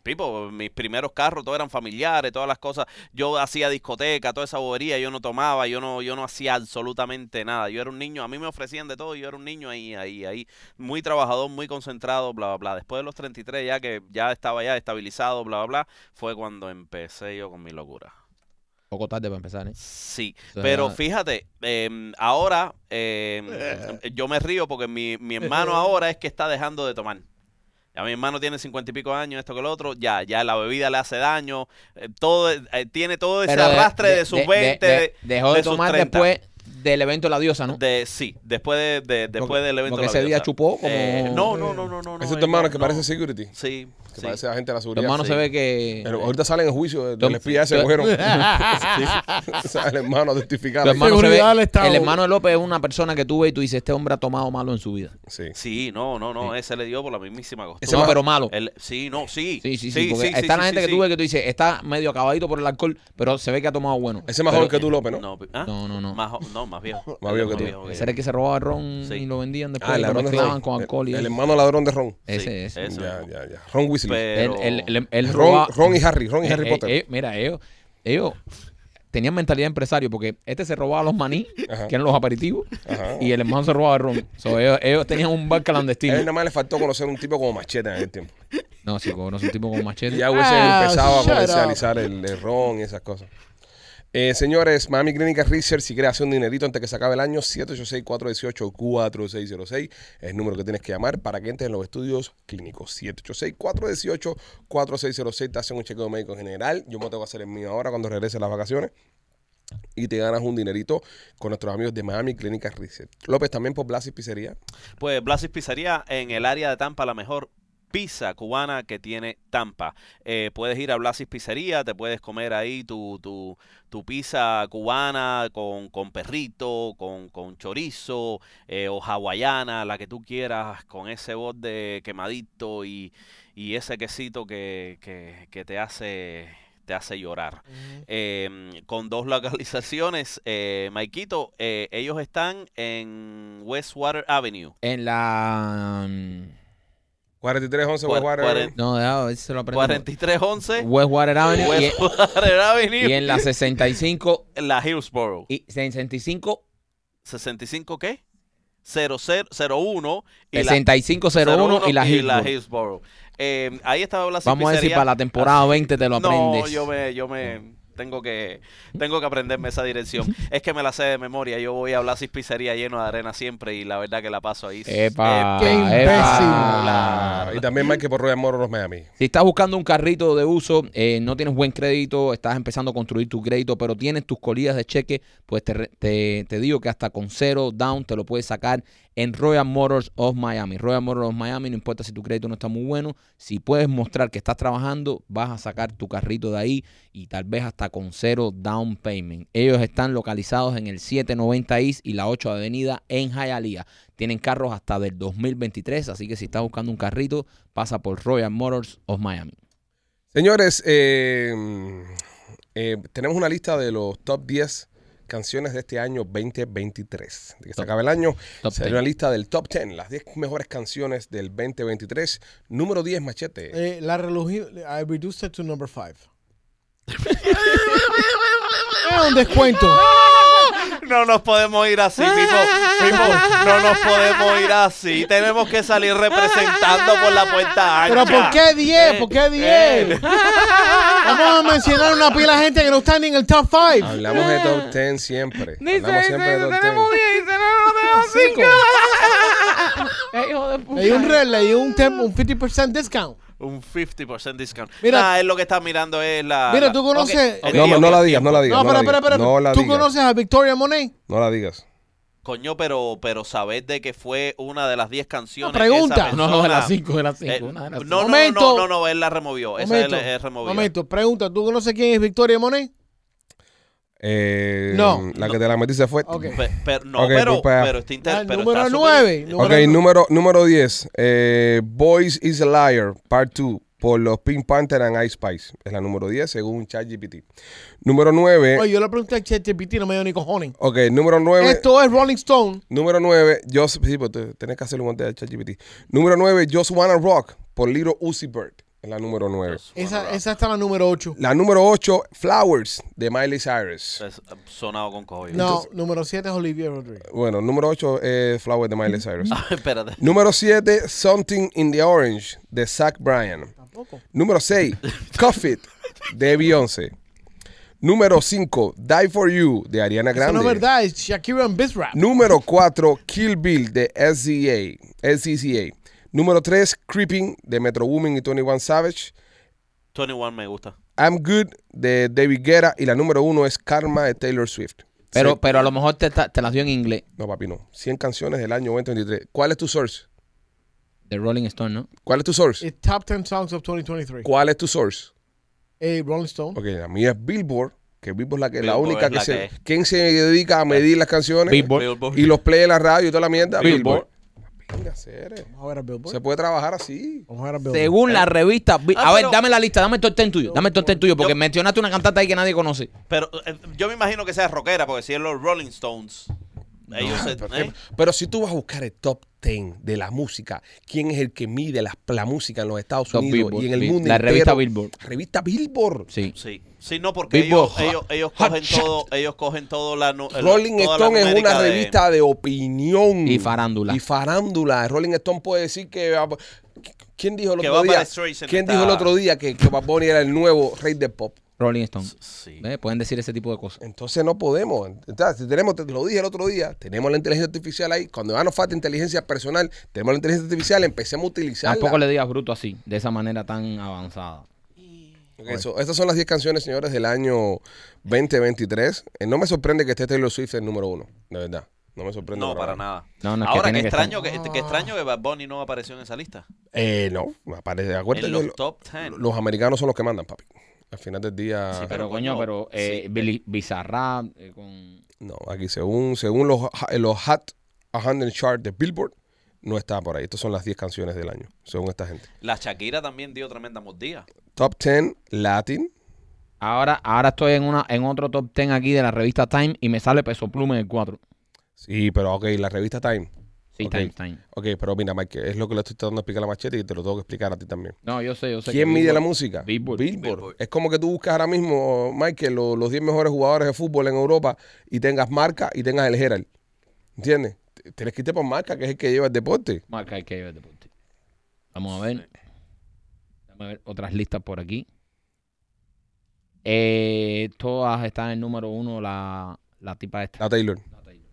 [SPEAKER 3] pipo, mis primeros carros, todos eran familiares, todas las cosas. Yo hacía discoteca, toda esa bobería, yo no tomaba, yo no, yo no hacía absolutamente nada. Yo era un niño, a mí me ofrecían de todo, yo era un niño ahí, ahí, ahí, muy trabajador, muy concentrado, bla, bla, bla. Después de los 33, ya que ya estaba ya estabilizado, bla, bla, bla, fue cuando empecé yo con mi locura.
[SPEAKER 2] Poco tarde para empezar, ¿eh?
[SPEAKER 3] Sí,
[SPEAKER 2] sea,
[SPEAKER 3] pero fíjate, em, ahora
[SPEAKER 1] (laughs)
[SPEAKER 3] em, yo me río porque mi, mi hermano ahora es que está dejando de tomar. Ya mi hermano tiene cincuenta y pico años, esto que lo otro, ya, ya la bebida le hace daño, eh, todo, eh, tiene todo ese
[SPEAKER 2] Pero de-
[SPEAKER 3] arrastre de,
[SPEAKER 2] de-
[SPEAKER 3] sus
[SPEAKER 2] de-
[SPEAKER 3] 20,
[SPEAKER 2] de-
[SPEAKER 3] de-
[SPEAKER 2] dejó de,
[SPEAKER 3] sus
[SPEAKER 2] tomar
[SPEAKER 3] 30.
[SPEAKER 2] después del evento de la diosa, ¿no?
[SPEAKER 3] De, sí, después, de, de- después
[SPEAKER 2] Porque-
[SPEAKER 3] del evento.
[SPEAKER 2] porque
[SPEAKER 3] de la
[SPEAKER 2] ese día
[SPEAKER 3] diosa.
[SPEAKER 2] chupó como-
[SPEAKER 3] Eh, no, no, no, no, no. no,
[SPEAKER 1] Ese es
[SPEAKER 3] no,
[SPEAKER 1] tu hermano que
[SPEAKER 3] no.
[SPEAKER 1] parece security.
[SPEAKER 3] Sí.
[SPEAKER 1] Que
[SPEAKER 3] sí.
[SPEAKER 1] parece agente de la
[SPEAKER 2] Tu
[SPEAKER 1] seguridad.
[SPEAKER 2] hermano
[SPEAKER 3] sí.
[SPEAKER 2] se ve que. eh,
[SPEAKER 1] Pero ahorita salen en juicio del- del
[SPEAKER 2] Tom-
[SPEAKER 1] espía ese
[SPEAKER 2] (laughs) Tom-
[SPEAKER 1] cogieron. O sea, el hermano
[SPEAKER 2] tu
[SPEAKER 1] testificado.
[SPEAKER 2] hermano se ve-
[SPEAKER 4] Seguridad del Estado.
[SPEAKER 2] el hermano de López es una persona que tú ves y tú dices, este hombre ha tomado malo en su vida.
[SPEAKER 1] Sí.
[SPEAKER 3] Sí, no, no, no. Ese le dio por la mismísima costumbre.
[SPEAKER 1] Ese
[SPEAKER 2] no,
[SPEAKER 1] ma-
[SPEAKER 2] pero malo.
[SPEAKER 3] El- sí, no, sí.
[SPEAKER 2] Sí, sí, sí. porque
[SPEAKER 3] sí,
[SPEAKER 2] está
[SPEAKER 3] sí,
[SPEAKER 2] la gente que
[SPEAKER 3] sí, sí.
[SPEAKER 2] tú ves que tú dices, está medio acabadito por el alcohol, pero se ve que ha tomado bueno.
[SPEAKER 1] Ese es más joven que tú, López, ¿no?
[SPEAKER 3] No, ¿ah?
[SPEAKER 2] No, no, no.
[SPEAKER 3] Más, jo- no, más viejo.
[SPEAKER 1] Más viejo que tú.
[SPEAKER 2] Ese era el que se robaba el ron
[SPEAKER 3] Sí.
[SPEAKER 2] y lo vendían después
[SPEAKER 1] Ah, el
[SPEAKER 2] y lo
[SPEAKER 1] ladrón de
[SPEAKER 2] mezclaban
[SPEAKER 1] Ron.
[SPEAKER 2] con alcohol. y
[SPEAKER 1] El, el
[SPEAKER 2] eso.
[SPEAKER 1] hermano ladrón de Ron.
[SPEAKER 2] Ese,
[SPEAKER 3] Sí,
[SPEAKER 2] ese.
[SPEAKER 3] ese.
[SPEAKER 1] Ya, ya, ya. Ron Weasley.
[SPEAKER 3] Pero-
[SPEAKER 2] Él- él- él- él
[SPEAKER 1] Ron,
[SPEAKER 2] robaba-
[SPEAKER 1] Ron y Harry. Ron y
[SPEAKER 2] Eh,
[SPEAKER 1] Harry
[SPEAKER 2] eh,
[SPEAKER 1] Potter.
[SPEAKER 2] eh, mira, ellos, ellos tenían mentalidad de empresario porque este se robaba los maní,
[SPEAKER 1] Ajá.
[SPEAKER 2] que eran los aperitivos,
[SPEAKER 1] Ajá.
[SPEAKER 2] y el hermano se robaba el ron. So, ellos, ellos tenían un
[SPEAKER 1] A
[SPEAKER 2] bar
[SPEAKER 1] él
[SPEAKER 2] clandestino.
[SPEAKER 1] nada más le faltó conocer un tipo como machete en aquel tiempo.
[SPEAKER 2] No, sí, no es un tipo con machete.
[SPEAKER 1] Y ya hubiese
[SPEAKER 4] Ah,
[SPEAKER 1] empezado a
[SPEAKER 4] shut up.
[SPEAKER 1] comercializar el, el ron y esas cosas. Eh, señores, Miami Clinic Research, si quieres hacer un dinerito antes que se acabe el año, 786-418-4606 es el número que tienes que llamar para que entres en los estudios clínicos. 786-418-4606 te hacen un chequeo médico general. Yo me tengo que hacer el mío ahora cuando regrese las vacaciones y te ganas un dinerito con nuestros amigos de Miami Clinic Research. López, también por Blas y Pizzería.
[SPEAKER 3] Pues Blasis Pizzería en el área de Tampa, la mejor pizza cubana que tiene Tampa. Eh, puedes ir a Blasis Pizzería, te puedes comer ahí tu, tu, tu pizza cubana con, con perrito, con, con chorizo eh, o hawaiana, la que tú quieras, con ese borde quemadito y, y ese quesito que, que- que te hace te hace llorar. Eh, con dos localizaciones, eh, Maikito, eh, ellos están en Westwater Avenue.
[SPEAKER 2] En la. mm,
[SPEAKER 1] 4311
[SPEAKER 3] Cuar-
[SPEAKER 1] Westwater
[SPEAKER 3] cuaren-
[SPEAKER 1] Avenue.
[SPEAKER 2] No, ya, a ver si se lo aprende.
[SPEAKER 3] 4311
[SPEAKER 2] Westwater Avenue y-
[SPEAKER 3] Westwater
[SPEAKER 2] y,
[SPEAKER 3] Avenue.
[SPEAKER 2] en la 65.
[SPEAKER 3] La Hillsborough.
[SPEAKER 2] Y 65.
[SPEAKER 3] 65 qué? 0001 y la
[SPEAKER 2] 6501 y la Hillsborough.
[SPEAKER 3] Hillsborough. Eh, ahí estaba la Ah,
[SPEAKER 2] Vamos a decir para la temporada 20 te lo aprendes.
[SPEAKER 3] No, yo me, yo me tengo que tengo que aprenderme esa dirección. es que me la sé de memoria. Yo voy a Blasis Pizzería lleno de arena siempre y la verdad que la paso ahí. Eh,
[SPEAKER 2] Epa,
[SPEAKER 4] Qué
[SPEAKER 2] epa.
[SPEAKER 4] imbécil.
[SPEAKER 1] Ah, y también Mike por Royal Moro los Miami.
[SPEAKER 2] Si estás buscando un carrito de uso, eh, no tienes buen crédito, estás empezando a construir tu crédito, pero tienes tus colillas de cheque, pues te, re- te- te digo que hasta con cero down te lo puedes sacar en Royal Motors of Miami. Royal Motors of Miami, no importa si tu crédito no está muy bueno, si puedes mostrar que estás trabajando, vas a sacar tu carrito de ahí y tal vez hasta con cero down payment. Ellos están localizados en el 790 East y la 8 Avenida en Hialeah. Tienen carros hasta del 2023, así que si estás buscando un carrito, pasa por Royal Motors of Miami.
[SPEAKER 1] Señores, eh, eh, tenemos una lista de los top 10 canciones de este año 2023. De que se
[SPEAKER 2] Top-
[SPEAKER 1] acaba el año,
[SPEAKER 2] top
[SPEAKER 1] salió
[SPEAKER 2] 10.
[SPEAKER 1] una lista del top 10, las 10 mejores canciones del 2023. Número 10, Machete.
[SPEAKER 4] Eh, la reloj... I reduced it to number (laughs) five. es un descuento.
[SPEAKER 3] No nos podemos ir así, Pipo. Pipo, no nos podemos ir así. Tenemos que salir representando por la puerta ancha.
[SPEAKER 4] ¿Pero por qué 10? ¿Por qué 10? Vamos a mencionar una pila de gente que no está ni en el top 5.
[SPEAKER 1] Hablamos de
[SPEAKER 4] (laughs)
[SPEAKER 1] top 10 siempre. Hablamos siempre de top 10.
[SPEAKER 2] (laughs)
[SPEAKER 4] Leí un red, leí un, tem- un 50% discount.
[SPEAKER 3] Un 50% discount.
[SPEAKER 4] Mira-
[SPEAKER 3] Nah, él lo que está mirando es la.
[SPEAKER 4] Mira,
[SPEAKER 3] la-
[SPEAKER 4] tú
[SPEAKER 3] Ok,
[SPEAKER 4] conoces-
[SPEAKER 3] el
[SPEAKER 1] No,
[SPEAKER 3] tiempo,
[SPEAKER 1] no la
[SPEAKER 3] el
[SPEAKER 1] digas, no
[SPEAKER 3] tiempo.
[SPEAKER 1] la digas.
[SPEAKER 4] No,
[SPEAKER 1] la
[SPEAKER 4] pero espera,
[SPEAKER 1] digas,
[SPEAKER 4] espera.
[SPEAKER 1] No la
[SPEAKER 4] ¿Tú
[SPEAKER 1] digas,
[SPEAKER 4] conoces a Victoria Monet?
[SPEAKER 1] No la digas.
[SPEAKER 3] Coño, pero, pero sabes de que fue una de las 10 canciones.
[SPEAKER 4] No, pregunta.
[SPEAKER 3] esa persona-
[SPEAKER 2] No, no, de las 5, de las
[SPEAKER 3] Eh,
[SPEAKER 2] 5.
[SPEAKER 3] no, no,
[SPEAKER 4] cinco.
[SPEAKER 3] no, no,
[SPEAKER 4] Momento.
[SPEAKER 3] no, no, él la removió. Esa
[SPEAKER 4] Momento,
[SPEAKER 3] él es removida.
[SPEAKER 4] momento, pregunta, ¿tú conoces quién es Victoria Monet?
[SPEAKER 1] Eh,
[SPEAKER 4] No.
[SPEAKER 1] La que te la metiste fue.
[SPEAKER 4] Ok.
[SPEAKER 3] Pe- pero, no,
[SPEAKER 1] Ok,
[SPEAKER 3] pero,
[SPEAKER 1] pues, pa-
[SPEAKER 3] pero está inter-
[SPEAKER 4] Ah, el
[SPEAKER 3] pero
[SPEAKER 4] número
[SPEAKER 3] está súper-
[SPEAKER 4] 9.
[SPEAKER 1] Ok, número, número 10. eh, Boys is a Liar, Part 2, por los Pink Panther and Ice Spice. Es la número 10, según ChatGPT. Número 9.
[SPEAKER 4] Oye, yo le pregunté a ChatGPT, no me dio ni cojones.
[SPEAKER 1] Ok, número 9.
[SPEAKER 4] Esto es Rolling Stone.
[SPEAKER 1] Número 9. Just, sí, pues, te- tenés que hacer un guante de ChatGPT. Número 9. Just Wanna Rock, por Little Uzi Bird. Es la número 9.
[SPEAKER 3] Dios,
[SPEAKER 4] Esa,
[SPEAKER 3] bueno,
[SPEAKER 4] esa está la número 8.
[SPEAKER 1] La número 8, Flowers, de Miley Cyrus.
[SPEAKER 3] es eh, sonado con cojones.
[SPEAKER 4] No, número 7 es Olivia Rodrigo.
[SPEAKER 1] Bueno, número 8, eh, Flowers, de Miley Cyrus.
[SPEAKER 3] (laughs) Ah. Espérate.
[SPEAKER 1] Número 7, Something in the Orange, de Zach Bryan.
[SPEAKER 4] Tampoco.
[SPEAKER 1] Número 6, Cuff It, de Beyoncé. Número 5, Die For You, de Ariana
[SPEAKER 4] Eso
[SPEAKER 1] Grande.
[SPEAKER 4] no es verdad, es Shakira and Bizrap.
[SPEAKER 1] Número 4, Kill Bill, de SZA. SZA. Número 3, Creeping, de Metro Woman y Tony One Savage.
[SPEAKER 3] 21 me gusta.
[SPEAKER 1] I'm Good, de David Guerra. Y la número 1 es Karma, de Taylor Swift.
[SPEAKER 2] Pero,
[SPEAKER 1] Sí.
[SPEAKER 2] pero a lo mejor te, ta- te las dio en inglés.
[SPEAKER 1] No, papi, no. 100 canciones del año 2023. ¿Cuál es tu source?
[SPEAKER 2] The Rolling Stone, ¿no?
[SPEAKER 1] ¿Cuál es tu source?
[SPEAKER 4] It's top 10 songs of 2023.
[SPEAKER 1] ¿Cuál es tu source?
[SPEAKER 4] Eh, Rolling Stone.
[SPEAKER 1] Ok, la mía es Billboard, que Billboard es la, que, la
[SPEAKER 3] Billboard
[SPEAKER 1] única
[SPEAKER 3] es
[SPEAKER 1] que,
[SPEAKER 3] la
[SPEAKER 1] se...
[SPEAKER 3] que-
[SPEAKER 1] ¿Quién se dedica a medir las canciones?
[SPEAKER 2] Billboard.
[SPEAKER 3] Billboard.
[SPEAKER 1] Y los play en la radio y toda la mierda.
[SPEAKER 2] Billboard.
[SPEAKER 1] Venga, seres.
[SPEAKER 4] Vamos a ver a Billboard.
[SPEAKER 1] Se puede trabajar así.
[SPEAKER 4] Vamos a ver a Billboard.
[SPEAKER 2] Según la revista. Bi-
[SPEAKER 3] Ah,
[SPEAKER 2] a ver,
[SPEAKER 3] pero-
[SPEAKER 2] dame la lista, dame el top ten tuyo. Dame el top ten tuyo, porque
[SPEAKER 3] Yo-
[SPEAKER 2] mencionaste una cantata ahí que nadie conoce.
[SPEAKER 3] Pero eh, yo me imagino que sea rockera, porque si es los Rolling Stones. Ellos se-
[SPEAKER 1] Pero,
[SPEAKER 3] ¿eh?
[SPEAKER 1] pero si tú vas a buscar el top 10 de la música, ¿quién es el que mide la, la música en los Estados
[SPEAKER 2] Top
[SPEAKER 1] Unidos
[SPEAKER 2] Billboard,
[SPEAKER 1] y en el
[SPEAKER 2] Bill-
[SPEAKER 1] mundo
[SPEAKER 2] la
[SPEAKER 1] entero?
[SPEAKER 2] revista Billboard.
[SPEAKER 1] Revista Billboard.
[SPEAKER 2] Sí.
[SPEAKER 3] Sí, sí, no, porque
[SPEAKER 2] Big
[SPEAKER 3] ellos,
[SPEAKER 2] Boy,
[SPEAKER 3] ellos, ellos
[SPEAKER 1] hot
[SPEAKER 3] cogen
[SPEAKER 1] shot.
[SPEAKER 3] todo, ellos cogen todo la nu- el-
[SPEAKER 1] Rolling
[SPEAKER 3] toda la
[SPEAKER 1] Stone es
[SPEAKER 3] numérica
[SPEAKER 1] una
[SPEAKER 3] de-
[SPEAKER 1] revista de opinión.
[SPEAKER 2] Y farándula.
[SPEAKER 1] Y farándula. Rolling Stone puede decir que... ¿Quién dijo el
[SPEAKER 3] Que
[SPEAKER 1] otro
[SPEAKER 3] Barbra
[SPEAKER 1] día?
[SPEAKER 3] Streisand
[SPEAKER 1] ¿Quién
[SPEAKER 3] está-
[SPEAKER 1] dijo el otro día que, que Bad Bunny era el nuevo rey del pop?
[SPEAKER 2] Rolling Stone.
[SPEAKER 3] Sí.
[SPEAKER 2] ¿Ves? Pueden decir ese tipo de cosas.
[SPEAKER 1] Entonces no podemos. Entonces, si tenemos, te lo dije el otro día, tenemos la inteligencia artificial ahí. Cuando ya nos falta inteligencia personal, tenemos la inteligencia artificial, empecemos a utilizarla.
[SPEAKER 2] Tampoco le digas bruto así, de esa manera tan avanzada.
[SPEAKER 1] Ok, so, estas son las 10 canciones, señores, del año 2023. Eh, no me sorprende que esté Taylor Swift el número uno, de verdad. No me sorprende.
[SPEAKER 3] No, para nada.
[SPEAKER 2] No, no, es que
[SPEAKER 3] Ahora,
[SPEAKER 2] tiene
[SPEAKER 3] que
[SPEAKER 2] que
[SPEAKER 3] extraño que,
[SPEAKER 1] Ah.
[SPEAKER 3] que extraño que Bad Bunny no apareció en esa lista.
[SPEAKER 1] Eh, no, aparece. Acuérdate
[SPEAKER 3] en
[SPEAKER 1] que
[SPEAKER 3] los
[SPEAKER 1] lo-
[SPEAKER 3] top 10.
[SPEAKER 1] los, americanos son los que mandan, papi. Al final del día,
[SPEAKER 3] Sí,
[SPEAKER 2] Pero
[SPEAKER 3] Pero,
[SPEAKER 2] coño,
[SPEAKER 3] coño,
[SPEAKER 2] pero eh,
[SPEAKER 3] sí.
[SPEAKER 2] Billy- Bizarrap, eh, con...
[SPEAKER 1] no, aquí según, según los, eh, los Hot 100 Chart de Billboard, no está por ahí. Estas son las 10 canciones del año, según esta gente.
[SPEAKER 3] La Shakira también dio tremenda mordida.
[SPEAKER 1] Top 10 Latin.
[SPEAKER 2] Ahora, ahora estoy en una, en otro top 10 aquí de la revista Time y me sale Peso Pluma en el 4.
[SPEAKER 1] Sí, pero ok, la revista Time.
[SPEAKER 2] Sí,
[SPEAKER 1] Ok.
[SPEAKER 2] Time, Time.
[SPEAKER 1] Ok, pero mira, Mike, es lo que le estoy tratando de explicar a Machete y te lo tengo que explicar a ti también.
[SPEAKER 2] No, yo sé, yo sé.
[SPEAKER 1] ¿Quién
[SPEAKER 2] que
[SPEAKER 1] mide la
[SPEAKER 2] Billboard-
[SPEAKER 1] música?
[SPEAKER 2] Billboard.
[SPEAKER 3] Billboard.
[SPEAKER 1] Es como que tú buscas ahora mismo, Michael, lo- los 10 mejores jugadores de fútbol en Europa y tengas marca y tengas el Herald. ¿Entiendes? T- Tienes que irte por marca, que es el que lleva el deporte.
[SPEAKER 2] Marca el que lleva el deporte. Vamos a ver. Vamos a ver otras listas por aquí. Eh, todas están en número uno la, la tipa esta.
[SPEAKER 1] La Taylor.
[SPEAKER 2] La Taylor.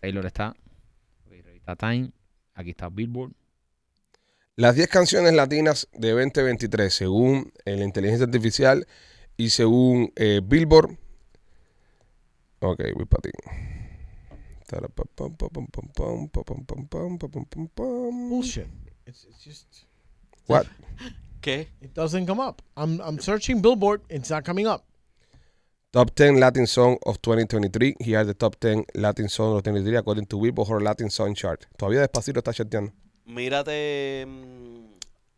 [SPEAKER 2] Taylor está. Ok, revista Time. Aquí está Billboard.
[SPEAKER 1] Las 10 canciones latinas de 2023, según eh, la inteligencia artificial y según eh, Billboard. Ok, voy para ti. Tarapapam, papam, pam, pam, papam, pam, pam, papam, pam, pam.
[SPEAKER 4] Bullshit. It's, it's just,
[SPEAKER 1] What?
[SPEAKER 3] ¿Qué?
[SPEAKER 4] it doesn't come up. I'm, I'm searching Billboard. It's not coming up.
[SPEAKER 1] Top 10 Latin Song of 2023. Here are the top 10 Latin Song of 2023 according to Billboard or Latin Song Chart. Todavía despacito está charteando.
[SPEAKER 3] Mírate. mm,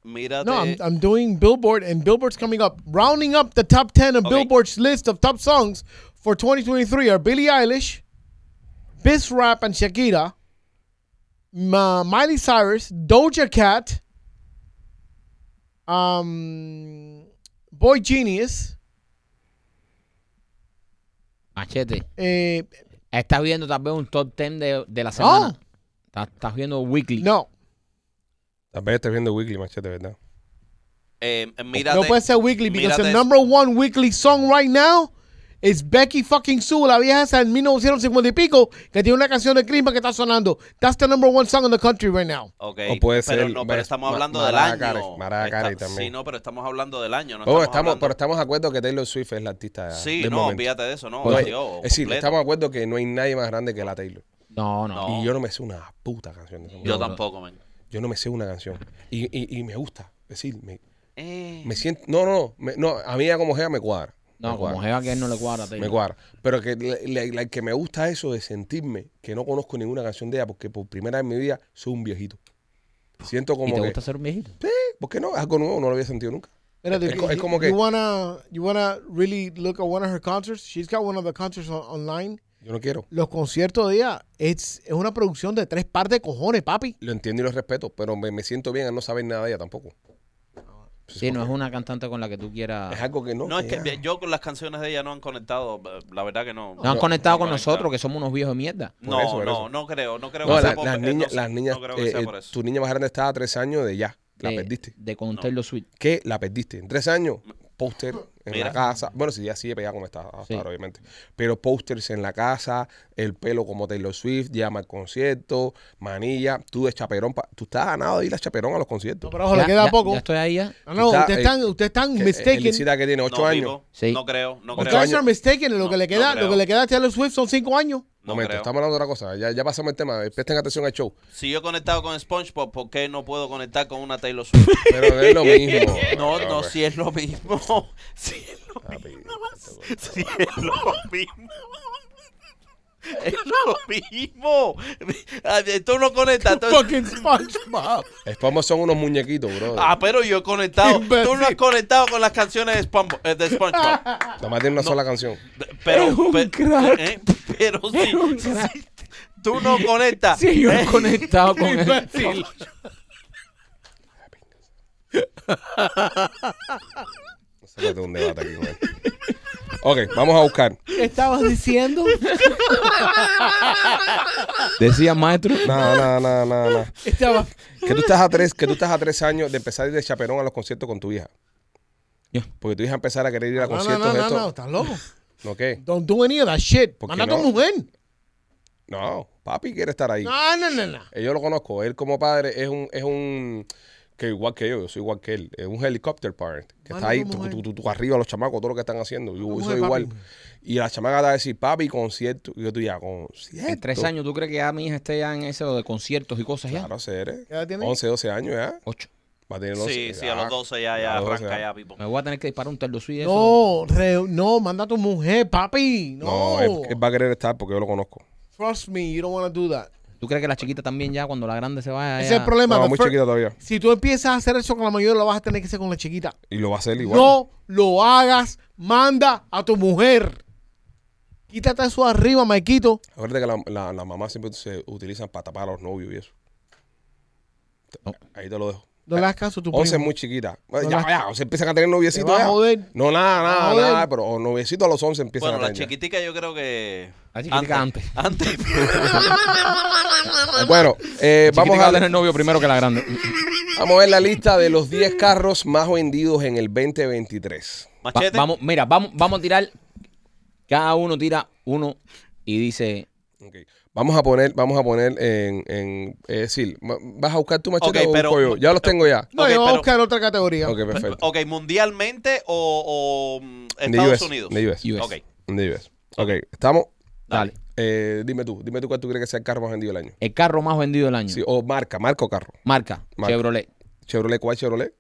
[SPEAKER 3] Mírate.
[SPEAKER 4] No, I'm, I'm doing Billboard, and Billboard's coming up. Rounding up the top 10 of
[SPEAKER 3] Okay.
[SPEAKER 4] Billboard's list of top songs for 2023 are Billie Eilish, Biz Rap and Shakira, Ma- Miley Cyrus, Doja Cat, um, Boy Genius.
[SPEAKER 2] Machete.
[SPEAKER 4] eh,
[SPEAKER 2] Estás viendo tal vez un top 10 de, de la semana. Estás, estás viendo Weekly.
[SPEAKER 4] Oh. no,
[SPEAKER 1] Tal vez estés viendo Weekly Machete, ¿verdad?
[SPEAKER 3] Eh, mírate.
[SPEAKER 4] no puede ser weekly because the
[SPEAKER 3] mírate-
[SPEAKER 4] number one weekly song right now is Becky fucking Sue, la vieja esa en 1950 y pico, que tiene una canción de Christmas que está sonando. That's the number one song in the country right now.
[SPEAKER 3] Ok,
[SPEAKER 1] O puede
[SPEAKER 3] pero
[SPEAKER 1] ser,
[SPEAKER 3] no,
[SPEAKER 1] ves,
[SPEAKER 3] pero estamos
[SPEAKER 1] Ma-
[SPEAKER 3] hablando
[SPEAKER 1] Mariah
[SPEAKER 3] del año.
[SPEAKER 1] Carey, Mariah
[SPEAKER 3] Está-
[SPEAKER 1] Carey también.
[SPEAKER 3] Sí, no, pero estamos hablando del año. No
[SPEAKER 1] Bueno, Oh, estamos,
[SPEAKER 3] hablando-
[SPEAKER 1] pero estamos de acuerdo que Taylor Swift es la artista.
[SPEAKER 3] Sí,
[SPEAKER 1] del
[SPEAKER 3] no,
[SPEAKER 1] momento.
[SPEAKER 3] olvídate de eso, no.
[SPEAKER 1] No hay-
[SPEAKER 2] oh,
[SPEAKER 3] Dios,
[SPEAKER 1] es decir,
[SPEAKER 3] completo.
[SPEAKER 1] estamos de acuerdo que no hay nadie más grande que la Taylor.
[SPEAKER 2] No, no.
[SPEAKER 3] No.
[SPEAKER 1] Y yo no me sé una puta canción de esa mujer.
[SPEAKER 3] Yo
[SPEAKER 2] No, no.
[SPEAKER 3] tampoco, man.
[SPEAKER 1] Yo no me sé una canción. Y, y- y me gusta. Es decir, me,
[SPEAKER 3] Eh,
[SPEAKER 1] me siento. No, no, no, me- no. A mí ya como Gea me cuadra.
[SPEAKER 2] No,
[SPEAKER 1] me
[SPEAKER 2] como
[SPEAKER 1] cuadra,
[SPEAKER 2] Jeva que él no le cuadra. a Taylor.
[SPEAKER 1] Me cuadra. Pero que, la- la- la que me gusta eso de sentirme que no conozco ninguna canción de ella porque por primera vez en mi vida soy un viejito. Siento
[SPEAKER 2] ¿Y
[SPEAKER 1] como
[SPEAKER 2] te
[SPEAKER 1] que. eh,
[SPEAKER 2] gusta ser un viejito?
[SPEAKER 1] ¿Por qué no? Es algo nuevo, no lo había sentido nunca.
[SPEAKER 4] Espérate,
[SPEAKER 1] Es co- es
[SPEAKER 4] you-
[SPEAKER 1] como que-
[SPEAKER 4] you wanna, you wanna really look at one of her concerts? She's got one of the concerts on- online.
[SPEAKER 1] Yo no quiero.
[SPEAKER 4] Los conciertos de ella it's- es una producción de tres par de cojones, papi.
[SPEAKER 1] Lo entiendo y lo respeto, pero me, me siento bien al no saber nada de ella tampoco.
[SPEAKER 2] Sí, no es una cantante con la que tú
[SPEAKER 1] Es
[SPEAKER 2] quieras.
[SPEAKER 1] algo que no.
[SPEAKER 3] no, es que
[SPEAKER 1] ya.
[SPEAKER 3] yo con las canciones de ella no han conectado, eh, la verdad que no.
[SPEAKER 2] No han conectado
[SPEAKER 3] no
[SPEAKER 2] con
[SPEAKER 3] han
[SPEAKER 2] nosotros,
[SPEAKER 3] conectado.
[SPEAKER 2] que somos unos viejos de mierda.
[SPEAKER 1] Por
[SPEAKER 3] No,
[SPEAKER 1] eso, por
[SPEAKER 3] no,
[SPEAKER 1] eso.
[SPEAKER 3] no creo, no creo
[SPEAKER 1] No,
[SPEAKER 3] que
[SPEAKER 1] la-
[SPEAKER 3] sea por
[SPEAKER 1] las
[SPEAKER 3] eh,
[SPEAKER 1] niñas,
[SPEAKER 3] no,
[SPEAKER 1] las niñas,
[SPEAKER 3] no creo que
[SPEAKER 1] eh,
[SPEAKER 3] sea
[SPEAKER 1] eh,
[SPEAKER 3] por eso.
[SPEAKER 1] tu niña más grande estaba a tres años de ya, la
[SPEAKER 2] de-
[SPEAKER 1] perdiste.
[SPEAKER 2] De con
[SPEAKER 3] No.
[SPEAKER 2] Taylor Swift.
[SPEAKER 1] ¿Qué? La perdiste. En tres años, póster en
[SPEAKER 3] Mira.
[SPEAKER 1] la casa. Bueno, si ya sigue pegado como está hasta
[SPEAKER 2] Sí.
[SPEAKER 1] ahora, obviamente. Pero pósters en la casa, el pelo como Taylor Swift, llama al concierto, manilla, tú de chaperón. pa- tú estás ganado de ir a chaperón a los conciertos.
[SPEAKER 4] No, pero ojo, Oh, le
[SPEAKER 2] Ya-
[SPEAKER 4] queda
[SPEAKER 2] ya-
[SPEAKER 4] poco.
[SPEAKER 2] Ya estoy ahí ya.
[SPEAKER 4] no, no,
[SPEAKER 1] Quizá,
[SPEAKER 4] ustedes
[SPEAKER 1] eh,
[SPEAKER 4] están, ustedes están
[SPEAKER 1] Que-
[SPEAKER 4] mistaken.
[SPEAKER 1] Elisita, que tiene ocho
[SPEAKER 3] no,
[SPEAKER 1] años.
[SPEAKER 3] Pipo,
[SPEAKER 2] Sí.
[SPEAKER 3] No creo, no
[SPEAKER 1] Ocho
[SPEAKER 4] You
[SPEAKER 3] creo.
[SPEAKER 4] guys
[SPEAKER 1] años.
[SPEAKER 4] are mistaken. Lo,
[SPEAKER 3] No,
[SPEAKER 4] que le
[SPEAKER 3] no
[SPEAKER 4] queda,
[SPEAKER 3] creo.
[SPEAKER 4] lo que le queda a Taylor Swift son cinco años.
[SPEAKER 3] No
[SPEAKER 1] Momento,
[SPEAKER 3] creo.
[SPEAKER 1] estamos hablando de otra cosa. Ya, ya pasamos el tema. Presten atención al show.
[SPEAKER 3] Si yo he conectado con SpongeBob, ¿por qué no puedo conectar con una Taylor Swift?
[SPEAKER 1] Pero no es lo mismo.
[SPEAKER 3] (laughs)
[SPEAKER 1] (laughs)
[SPEAKER 3] No,
[SPEAKER 1] Ah,
[SPEAKER 3] no,
[SPEAKER 1] pues,
[SPEAKER 3] si es lo mismo. (laughs) Si es lo
[SPEAKER 1] ah,
[SPEAKER 3] mismo.
[SPEAKER 1] pues,
[SPEAKER 3] Si es lo mismo. Es lo mismo. Ay, Tú no conectas. tú-
[SPEAKER 4] Fucking SpongeBob.
[SPEAKER 1] Spongebob son unos muñequitos, bro.
[SPEAKER 3] Ah, pero yo he conectado.
[SPEAKER 4] Imbécil.
[SPEAKER 3] Tú no has conectado con las canciones de, Spongebob- eh, de
[SPEAKER 2] (laughs)
[SPEAKER 3] SpongeBob.
[SPEAKER 1] Nomás tiene una sola canción.
[SPEAKER 3] Pero,
[SPEAKER 2] Es un
[SPEAKER 3] pe-
[SPEAKER 2] crack.
[SPEAKER 3] eh, pero sí,
[SPEAKER 2] Es un
[SPEAKER 3] sí,
[SPEAKER 2] crack.
[SPEAKER 3] tú no conectas.
[SPEAKER 2] Sí, yo he
[SPEAKER 3] Eh,
[SPEAKER 2] conectado
[SPEAKER 4] (laughs)
[SPEAKER 2] con él.
[SPEAKER 1] No se mete un debate aquí con él. Ok, vamos a buscar.
[SPEAKER 4] ¿Qué estabas diciendo?
[SPEAKER 2] Decía maestro.
[SPEAKER 1] Nada, nada, nada, nada, nada.
[SPEAKER 4] (laughs) Estaba-
[SPEAKER 1] Que tú estás a tres, que tú estás a tres años de empezar a ir de chaperón a los conciertos con tu hija.
[SPEAKER 2] Ya.
[SPEAKER 1] Porque tu hija empezará a querer ir a
[SPEAKER 4] No, no,
[SPEAKER 1] conciertos
[SPEAKER 4] no,
[SPEAKER 1] de
[SPEAKER 4] no,
[SPEAKER 1] esto.
[SPEAKER 4] no, estás loco.
[SPEAKER 1] ¿No qué?
[SPEAKER 4] Don't do any of that shit.
[SPEAKER 1] ¿Por qué
[SPEAKER 4] Anda
[SPEAKER 1] no?
[SPEAKER 4] con mujer.
[SPEAKER 1] No, papi quiere estar ahí.
[SPEAKER 4] No, no, no, no.
[SPEAKER 1] Eh, Yo lo conozco. Él como padre es un, es un que igual que yo, yo soy igual que él. Es un helicopter parent. Que
[SPEAKER 4] Mano,
[SPEAKER 1] está ahí,
[SPEAKER 4] ¿cómo
[SPEAKER 1] tú,
[SPEAKER 4] es?
[SPEAKER 1] tú- tú- tú arriba los chamacos, todo lo que están haciendo. Yo
[SPEAKER 4] ¿Cómo
[SPEAKER 1] soy
[SPEAKER 4] es, papi?
[SPEAKER 1] igual. Y la chamaca te va a decir, papi, concierto. Y yo estoy ya, concierto.
[SPEAKER 2] En tres años, ¿tú crees que ya mi hija esté ya en eso de conciertos y cosas ya?
[SPEAKER 1] Claro, ser.
[SPEAKER 4] ¿Qué edad tiene?
[SPEAKER 1] 11, 12 años ya.
[SPEAKER 2] Ocho.
[SPEAKER 1] Va a tener Ah, 11.
[SPEAKER 3] Sí, sí, a los 12 ya,
[SPEAKER 1] a
[SPEAKER 3] ya
[SPEAKER 1] los 12
[SPEAKER 3] arranca
[SPEAKER 1] ya.
[SPEAKER 3] ya, Pipo.
[SPEAKER 2] Me voy a tener que disparar un Taylor Swift. eso.
[SPEAKER 4] No, re- no, manda a tu mujer, papi.
[SPEAKER 1] No,
[SPEAKER 4] No.
[SPEAKER 1] él, él va a querer estar porque yo lo conozco.
[SPEAKER 4] Trust me, you don't want to do that.
[SPEAKER 2] ¿Tú crees que la chiquita también ya cuando la grande se vaya?
[SPEAKER 4] Ese
[SPEAKER 2] ya-
[SPEAKER 4] es el problema.
[SPEAKER 1] Ah, No,
[SPEAKER 4] the
[SPEAKER 1] muy
[SPEAKER 4] fir-
[SPEAKER 1] chiquita todavía.
[SPEAKER 4] Si tú empiezas a hacer eso con la mayor, lo vas a tener que hacer con la chiquita.
[SPEAKER 1] Y lo va a hacer igual.
[SPEAKER 4] No lo hagas. Manda a tu mujer. Quítate eso arriba, Maikito.
[SPEAKER 1] Acuérdate que la- la- las mamás siempre se utilizan para tapar a los novios y eso. Te-
[SPEAKER 2] No.
[SPEAKER 1] Ahí te lo dejo.
[SPEAKER 4] No le hagas caso a tu
[SPEAKER 1] 11 es
[SPEAKER 4] primo.
[SPEAKER 1] muy chiquita. Bueno,
[SPEAKER 4] No
[SPEAKER 1] ya,
[SPEAKER 4] la-
[SPEAKER 1] ya, se empiezan a tener noviecitos.
[SPEAKER 4] Te vas a
[SPEAKER 1] ya.
[SPEAKER 4] joder.
[SPEAKER 1] No, nada,
[SPEAKER 4] vas a
[SPEAKER 1] nada,
[SPEAKER 4] joder.
[SPEAKER 1] nada. Pero o noviecitos a los 11 empiezan
[SPEAKER 3] Bueno,
[SPEAKER 1] a
[SPEAKER 3] la
[SPEAKER 1] tener. ya.
[SPEAKER 3] chiquitica yo creo que...
[SPEAKER 2] La chiquitica antes.
[SPEAKER 3] Antes.
[SPEAKER 1] Bueno, eh,
[SPEAKER 2] La
[SPEAKER 1] vamos
[SPEAKER 2] chiquitica va
[SPEAKER 1] a,
[SPEAKER 2] a tener novio primero que la grande.
[SPEAKER 1] vamos a ver la lista de los 10 carros más vendidos en el 2023.
[SPEAKER 2] Va-
[SPEAKER 3] Machete.
[SPEAKER 2] vamos, mira, vamos, vamos a tirar. Cada uno tira uno y dice.
[SPEAKER 1] Ok. Vamos a poner, vamos a poner en, en es decir, ma- vas a buscar tu machete
[SPEAKER 3] Ok,
[SPEAKER 1] o
[SPEAKER 3] pero-
[SPEAKER 1] busco yo? Ya los tengo ya.
[SPEAKER 4] No,
[SPEAKER 3] Ok,
[SPEAKER 4] yo voy a
[SPEAKER 3] pero-
[SPEAKER 4] buscar otra categoría.
[SPEAKER 1] Ok, perfecto.
[SPEAKER 3] Ok, mundialmente o, o, mm,
[SPEAKER 1] En
[SPEAKER 3] Estados
[SPEAKER 1] the US,
[SPEAKER 3] Unidos.
[SPEAKER 1] en the US.
[SPEAKER 2] US.
[SPEAKER 3] Ok.
[SPEAKER 1] en the US. Ok, estamos.
[SPEAKER 2] Dale.
[SPEAKER 1] eh, dime tú, dime tú cuál tú crees que sea el carro más vendido del año.
[SPEAKER 2] El carro más vendido del año.
[SPEAKER 1] Sí, o marca, marca o carro.
[SPEAKER 2] Marca,
[SPEAKER 1] Marca.
[SPEAKER 2] Chevrolet.
[SPEAKER 1] Chevrolet, ¿cuál Chevrolet?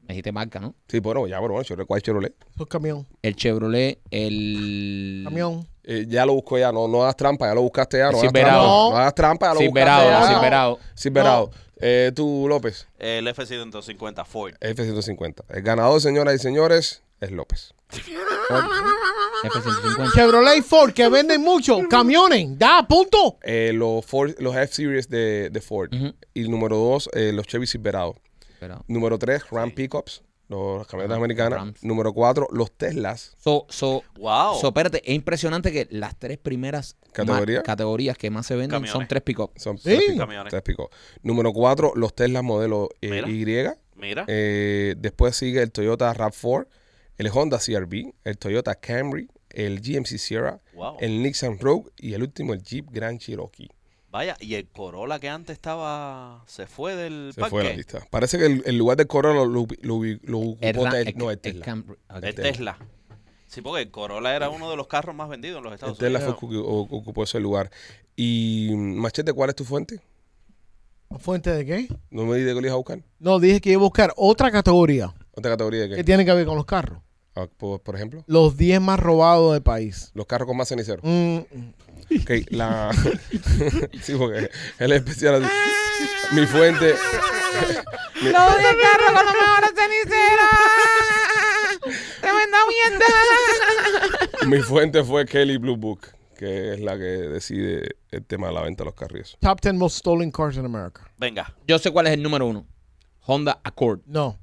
[SPEAKER 2] Me dijiste marca, ¿no?
[SPEAKER 1] Sí, bueno, ya, bueno, Chevrolet, ¿cuál Chevrolet?
[SPEAKER 4] Eso es camión.
[SPEAKER 2] El Chevrolet, el.
[SPEAKER 4] Camión.
[SPEAKER 1] Eh, ya lo busco ya, no, no hagas trampa, ya lo buscaste ya, no hagas
[SPEAKER 2] Silverado.
[SPEAKER 1] trampa.
[SPEAKER 4] No.
[SPEAKER 1] No hagas trampa, ya lo
[SPEAKER 2] Silverado,
[SPEAKER 1] buscaste ya.
[SPEAKER 2] Silverado.
[SPEAKER 1] Silverado. Eh, tú, López,
[SPEAKER 3] El F-150 Ford.
[SPEAKER 1] F-150. El ganador, señoras y señores, es López.
[SPEAKER 2] F-150.
[SPEAKER 4] Chevrolet y Ford, que venden mucho.
[SPEAKER 1] (laughs)
[SPEAKER 4] Camiones. Da, punto.
[SPEAKER 1] Eh, los Ford- los F-Series de, de Ford.
[SPEAKER 2] Ujú.
[SPEAKER 1] Y número dos, eh, los Chevy Silverado.
[SPEAKER 2] Esperado.
[SPEAKER 1] Número tres, Ram Pickups, los- las camionetas
[SPEAKER 2] Ajá,
[SPEAKER 1] americanas.
[SPEAKER 2] Rams.
[SPEAKER 1] Número cuatro, los Teslas.
[SPEAKER 2] So, so,
[SPEAKER 3] Wow.
[SPEAKER 2] so, espérate, es impresionante que las tres primeras
[SPEAKER 1] ¿Categoría?
[SPEAKER 2] ma- categorías que más se venden
[SPEAKER 3] Camiones.
[SPEAKER 2] son tres pick-up.
[SPEAKER 1] Son
[SPEAKER 4] Sí.
[SPEAKER 1] tres pick-up,
[SPEAKER 3] Camiones.
[SPEAKER 1] tres pick-up. Número cuatro, los Teslas modelo eh,
[SPEAKER 3] Mira.
[SPEAKER 1] Y.
[SPEAKER 2] Ah.
[SPEAKER 3] Mira.
[SPEAKER 1] Eh, después sigue el Toyota RAV4, el Honda CRV, el Toyota Camry, el GMC Sierra,
[SPEAKER 3] Wow.
[SPEAKER 1] el Nissan Rogue y el último, el Jeep Grand Cherokee.
[SPEAKER 3] Vaya, y el Corolla que antes estaba... Se fue del
[SPEAKER 1] Se
[SPEAKER 3] parque.
[SPEAKER 1] fue la lista. Parece que el, el lugar del Corolla lo, lo, lo- lo ocupó
[SPEAKER 2] El Ra-
[SPEAKER 1] Tel-
[SPEAKER 2] el-
[SPEAKER 1] no, el
[SPEAKER 2] el
[SPEAKER 1] Tesla.
[SPEAKER 2] Camry. Ok.
[SPEAKER 1] Este-
[SPEAKER 3] El Tesla. Sí, porque el Corolla era uno de los carros más vendidos en los
[SPEAKER 1] El
[SPEAKER 3] Estados
[SPEAKER 1] Tesla
[SPEAKER 3] Unidos.
[SPEAKER 1] fue el que ocu- ocupó ese lugar. Y Machete, ¿cuál es tu fuente?
[SPEAKER 4] ¿Fuente de qué?
[SPEAKER 1] No me dijiste que lo ibas a buscar.
[SPEAKER 4] No, dije que iba a buscar otra categoría
[SPEAKER 1] ¿Otra categoría de
[SPEAKER 4] que
[SPEAKER 1] qué?
[SPEAKER 4] tiene que ver con los carros.
[SPEAKER 1] Ah, por, por ejemplo,
[SPEAKER 4] Los 10 más robados del país.
[SPEAKER 1] los carros con más cenicero.
[SPEAKER 4] Mm, mm.
[SPEAKER 1] Ok, la. (laughs) sí, porque él es especial. así. Mi fuente.
[SPEAKER 5] (laughs) Los de carro con los mejores ceniceros. Tremenda mierda.
[SPEAKER 1] (laughs) Mi fuente fue Kelly Blue Book, que es la que decide el tema de la venta de los carriles.
[SPEAKER 4] Top 10 most stolen cars in America.
[SPEAKER 3] Venga,
[SPEAKER 2] Yo sé cuál es el número uno. Honda Accord.
[SPEAKER 4] No.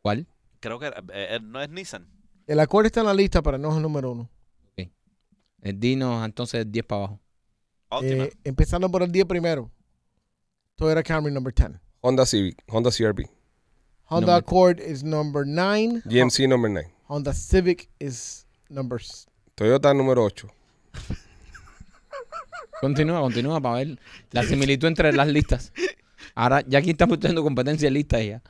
[SPEAKER 2] ¿Cuál?
[SPEAKER 3] creo que era- eh, eh, no es Nissan.
[SPEAKER 4] El acuerdo está en la lista, pero no es el número uno.
[SPEAKER 2] Eh, Dinos entonces 10 para abajo.
[SPEAKER 3] Óptima.
[SPEAKER 4] Eh, empezando por el 10 primero. Toyota Camry number 10.
[SPEAKER 1] Honda Civic, Honda CRV,
[SPEAKER 2] Number-
[SPEAKER 4] Honda Accord is number nine.
[SPEAKER 1] GMC number 9.
[SPEAKER 4] Honda Civic is number s-
[SPEAKER 1] Toyota número 8.
[SPEAKER 2] Continúa, continúa para ver la similitud entre las listas. Ahora, ya aquí estamos teniendo competencia de listas ya.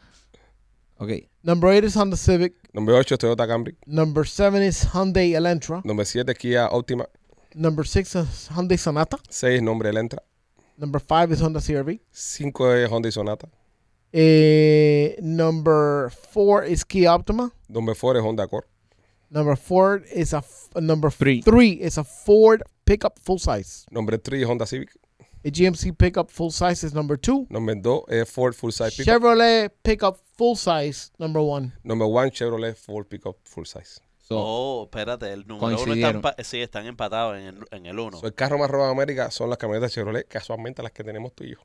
[SPEAKER 2] Ok.
[SPEAKER 4] number eight is Honda Civic.
[SPEAKER 1] Número 8 es Toyota Camry.
[SPEAKER 4] Number seven is Hyundai Elantra.
[SPEAKER 1] Número 7 Kia Optima.
[SPEAKER 4] Number six is Hyundai Sonata.
[SPEAKER 1] 6 nombre Elantra.
[SPEAKER 4] Number five is Honda CRV.
[SPEAKER 1] 5 es Honda y Sonata.
[SPEAKER 4] Eh, number four is Kia Optima.
[SPEAKER 1] Número 4 es eh, Honda Accord.
[SPEAKER 4] Number four is a f- uh, number
[SPEAKER 2] Three.
[SPEAKER 4] three is a Ford pickup full size.
[SPEAKER 1] Número 3 es Honda Civic.
[SPEAKER 4] A GMC pickup full size is number two.
[SPEAKER 1] Número 2 es eh, Ford Full Size Pickup.
[SPEAKER 4] Chevrolet pickup full size number one.
[SPEAKER 1] Número 1 Chevrolet Ford Pickup Full Size.
[SPEAKER 2] So,
[SPEAKER 3] Oh, espérate, el número uno está
[SPEAKER 2] Coincidieron.
[SPEAKER 3] empa- sí, están empatados en el, en el uno.
[SPEAKER 1] So, el carro más robado de América son las camionetas Chevrolet, casualmente las que tenemos tú y yo.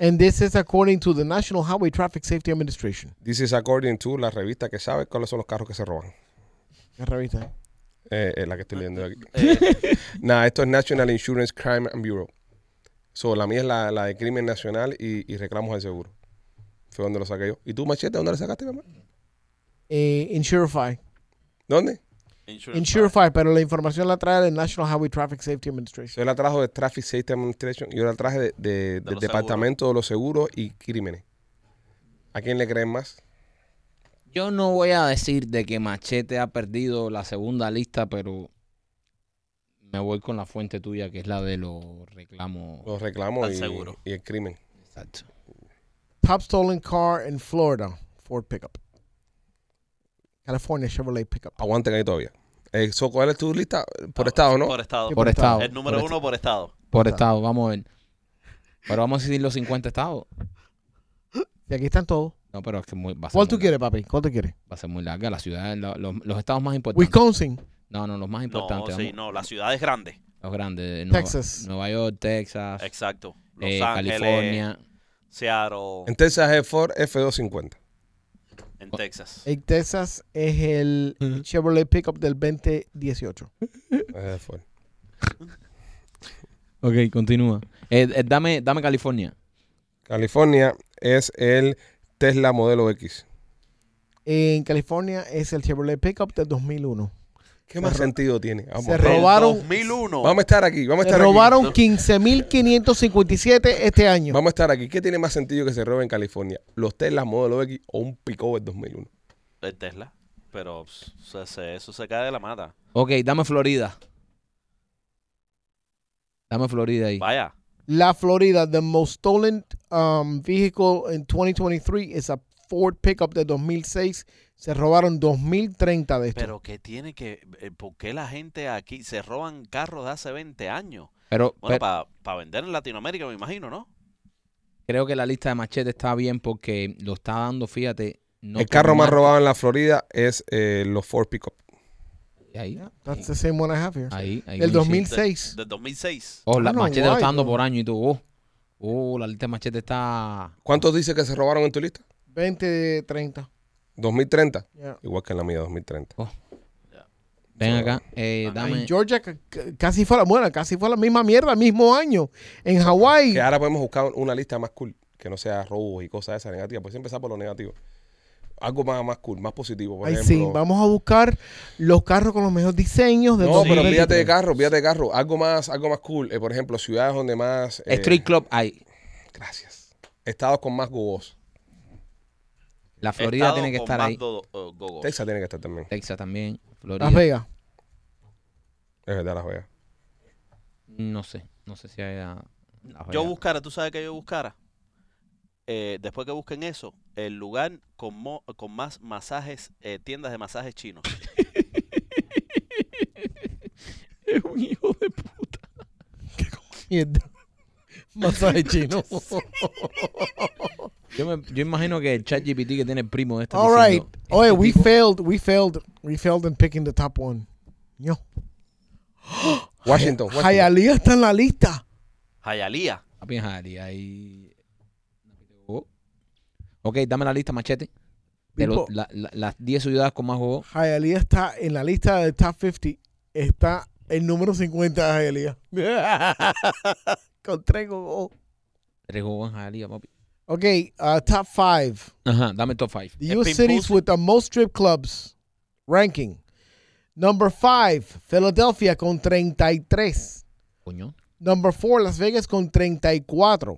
[SPEAKER 4] And this is according to the National Highway Traffic Safety Administration.
[SPEAKER 1] This is according to la revista que sabe cuáles son los carros que se roban.
[SPEAKER 4] Qué rarita.
[SPEAKER 1] Eh, eh, la que estoy leyendo aquí.
[SPEAKER 3] eh,
[SPEAKER 1] (laughs) Nada, esto es National Insurance Crime and Bureau. So, la mía es la, la de crimen nacional y, y reclamos de seguro. Fue donde lo saqué yo. ¿Y tú, machete, dónde lo sacaste, mamá?
[SPEAKER 4] Eh, Insurify.
[SPEAKER 1] ¿Dónde?
[SPEAKER 3] Insurance
[SPEAKER 4] Insurify, pero la información la trae el National Highway Traffic Safety Administration.
[SPEAKER 1] Yo la trajo de Traffic Safety Administration y yo la traje de- de- del
[SPEAKER 3] los
[SPEAKER 1] Departamento de los Seguros y Crímenes. ¿A quién le creen más?
[SPEAKER 2] yo no voy a decir de que Machete ha perdido la segunda lista, pero me voy con la fuente tuya, que es la de los reclamos.
[SPEAKER 1] Los reclamos
[SPEAKER 3] Al
[SPEAKER 1] y,
[SPEAKER 3] seguro.
[SPEAKER 1] y el crimen.
[SPEAKER 2] Exacto.
[SPEAKER 4] Top stolen car in Florida, Ford pickup. California Chevrolet pickup.
[SPEAKER 1] Aguanten ahí todavía. Eh, so, ¿Cuál es tu lista? Por estado, ¿no?
[SPEAKER 3] Ah, Por estado.
[SPEAKER 4] Sí,
[SPEAKER 2] Por estado.
[SPEAKER 3] el número
[SPEAKER 2] por
[SPEAKER 3] uno por estado.
[SPEAKER 2] esta- Por estado, vamos a ver. Pero vamos a decidir los 50 estados.
[SPEAKER 4] Y aquí están todos.
[SPEAKER 2] No, pero es que muy, va, a ser
[SPEAKER 4] ¿Cuál tú
[SPEAKER 2] muy,
[SPEAKER 4] quieres, papi? ¿Cuál tú quieres?
[SPEAKER 2] va a ser muy larga. La ciudad, la- los, los estados más importantes.
[SPEAKER 4] Wisconsin.
[SPEAKER 2] No, no, los más
[SPEAKER 3] No,
[SPEAKER 2] importantes.
[SPEAKER 3] sí,
[SPEAKER 2] vamos.
[SPEAKER 3] no, la ciudad es grande.
[SPEAKER 2] Los grandes.
[SPEAKER 4] Texas.
[SPEAKER 2] Nueva, Nueva York, Texas,
[SPEAKER 3] Exacto. Los
[SPEAKER 2] eh,
[SPEAKER 3] Ángeles,
[SPEAKER 2] California.
[SPEAKER 3] Seattle,
[SPEAKER 1] En Texas es Ford F250.
[SPEAKER 3] en Texas.
[SPEAKER 4] El Eh, Texas es el Chevrolet pickup del 2018.
[SPEAKER 1] Eh, Ford.
[SPEAKER 2] Ok, continúa. Eh, eh, dame, dame California.
[SPEAKER 1] California es el Tesla modelo X.
[SPEAKER 4] En California es el Chevrolet pickup del 2001.
[SPEAKER 1] ¿Qué más sentido tiene? Vamos,
[SPEAKER 4] se
[SPEAKER 1] vamos-
[SPEAKER 4] roba- robaron-
[SPEAKER 3] Del 2001.
[SPEAKER 1] vamos a estar aquí, vamos a
[SPEAKER 4] Se
[SPEAKER 1] estar aquí.
[SPEAKER 4] robaron 15.557 este año.
[SPEAKER 1] Vamos a estar aquí. ¿Qué tiene más sentido que se robe en California? ¿Los Tesla modelo X o un Picover 2001?
[SPEAKER 3] El Tesla. Pero pss, se- se- eso se cae de la mata.
[SPEAKER 2] Ok, dame Florida. Dame Florida ahí.
[SPEAKER 3] Vaya.
[SPEAKER 4] La Florida, the most stolen um, vehicle in 2023 is a Ford pickup del 2006. Se robaron 2.030 de estos.
[SPEAKER 3] Pero que tiene que... eh, ¿Por qué la gente aquí se roban carros de hace 20 años?
[SPEAKER 2] Pero,
[SPEAKER 3] Bueno,
[SPEAKER 2] pero
[SPEAKER 3] para vender en Latinoamérica, me imagino, ¿no?
[SPEAKER 2] creo que la lista de machete está bien porque lo está dando, fíjate. No
[SPEAKER 1] el
[SPEAKER 2] por
[SPEAKER 1] carro más
[SPEAKER 2] marca.
[SPEAKER 1] robado en la Florida es eh, los Ford Pickup.
[SPEAKER 2] Ahí,
[SPEAKER 4] That's the same one I have here.
[SPEAKER 2] ahí, ahí.
[SPEAKER 4] Del
[SPEAKER 2] coincide.
[SPEAKER 4] 2006.
[SPEAKER 3] Del 2006.
[SPEAKER 2] Oh,
[SPEAKER 4] I
[SPEAKER 2] la
[SPEAKER 4] don't know
[SPEAKER 2] machete lo
[SPEAKER 4] why,
[SPEAKER 2] está dando
[SPEAKER 4] bro.
[SPEAKER 2] por año y tú, oh, oh, la lista de machete está...
[SPEAKER 1] ¿Cuántos dice que se robaron en tu lista?
[SPEAKER 4] 2030.
[SPEAKER 1] 2030.
[SPEAKER 4] Yeah.
[SPEAKER 1] Igual que en la mía, 2030.
[SPEAKER 2] Oh. Ven acá, eh,
[SPEAKER 4] En
[SPEAKER 2] dame...
[SPEAKER 4] Georgia c- c- casi fue la, bueno, casi fue la misma mierda, mismo año. En Hawái.
[SPEAKER 1] Que ahora podemos buscar una lista más cool, que no sea robos y cosas de esas negativas. Pues siempre empezar por lo negativo. Algo más, más cool, más positivo. Por
[SPEAKER 4] Ay, sí,
[SPEAKER 1] ejemplo.
[SPEAKER 4] vamos a buscar los carros con los mejores diseños de
[SPEAKER 1] No, pero
[SPEAKER 4] 2023.
[SPEAKER 1] fíjate de carro, fíjate de carro. Algo más, algo más cool. Eh, por ejemplo, ciudades donde más. eh,
[SPEAKER 2] Street Club, ahí.
[SPEAKER 1] Gracias. Estados con más gogos.
[SPEAKER 2] La Florida
[SPEAKER 3] Estado
[SPEAKER 2] tiene que
[SPEAKER 3] con
[SPEAKER 2] estar
[SPEAKER 3] más
[SPEAKER 2] ahí.
[SPEAKER 3] do- do- uh, gogos.
[SPEAKER 1] Texas tiene que estar también.
[SPEAKER 2] Texas también. Florida.
[SPEAKER 4] Las Vegas.
[SPEAKER 1] Es verdad, Las Vegas.
[SPEAKER 2] No sé, no sé si haya... Las
[SPEAKER 3] Yo
[SPEAKER 2] Vegas.
[SPEAKER 3] buscara, ¿tú sabes que yo buscara? Eh, después que busquen eso, el lugar con, mo- con más masajes, eh, tiendas de masajes chinos.
[SPEAKER 2] Es un hijo de puta.
[SPEAKER 4] Mierda. (laughs) Masaje
[SPEAKER 1] (laughs)
[SPEAKER 4] chino.
[SPEAKER 2] Yo, me- yo imagino que el chat GPT que tiene el primo de este.
[SPEAKER 4] All right.
[SPEAKER 2] diciendo,
[SPEAKER 4] Oye,
[SPEAKER 2] este
[SPEAKER 4] we
[SPEAKER 2] tipo-
[SPEAKER 4] failed, we failed, we failed in picking the top one. Yo.
[SPEAKER 1] Washington. Washington.
[SPEAKER 4] Hialeah está en la lista.
[SPEAKER 3] Jayalía.
[SPEAKER 2] Papi, Harry, ahí- Oh. Ok, dame la lista, machete. De los-
[SPEAKER 4] Tipo,
[SPEAKER 2] la- la- las 10 ciudades con más juegos.
[SPEAKER 4] Hialeah está en la lista de top 50. Está el número 50 de (laughs) Hialeah. Con tres go- go.
[SPEAKER 2] Tres juegos en Hialeah, papi.
[SPEAKER 4] Ok, Okay, uh, top five.
[SPEAKER 2] Ajá, dame el top 5.
[SPEAKER 4] The
[SPEAKER 3] El
[SPEAKER 4] U.S.
[SPEAKER 3] Pink
[SPEAKER 4] cities
[SPEAKER 3] Pussy.
[SPEAKER 4] with the most strip clubs. Ranking. Number five, Philadelphia con 33.
[SPEAKER 2] Coño.
[SPEAKER 4] Number four, Las Vegas con 34.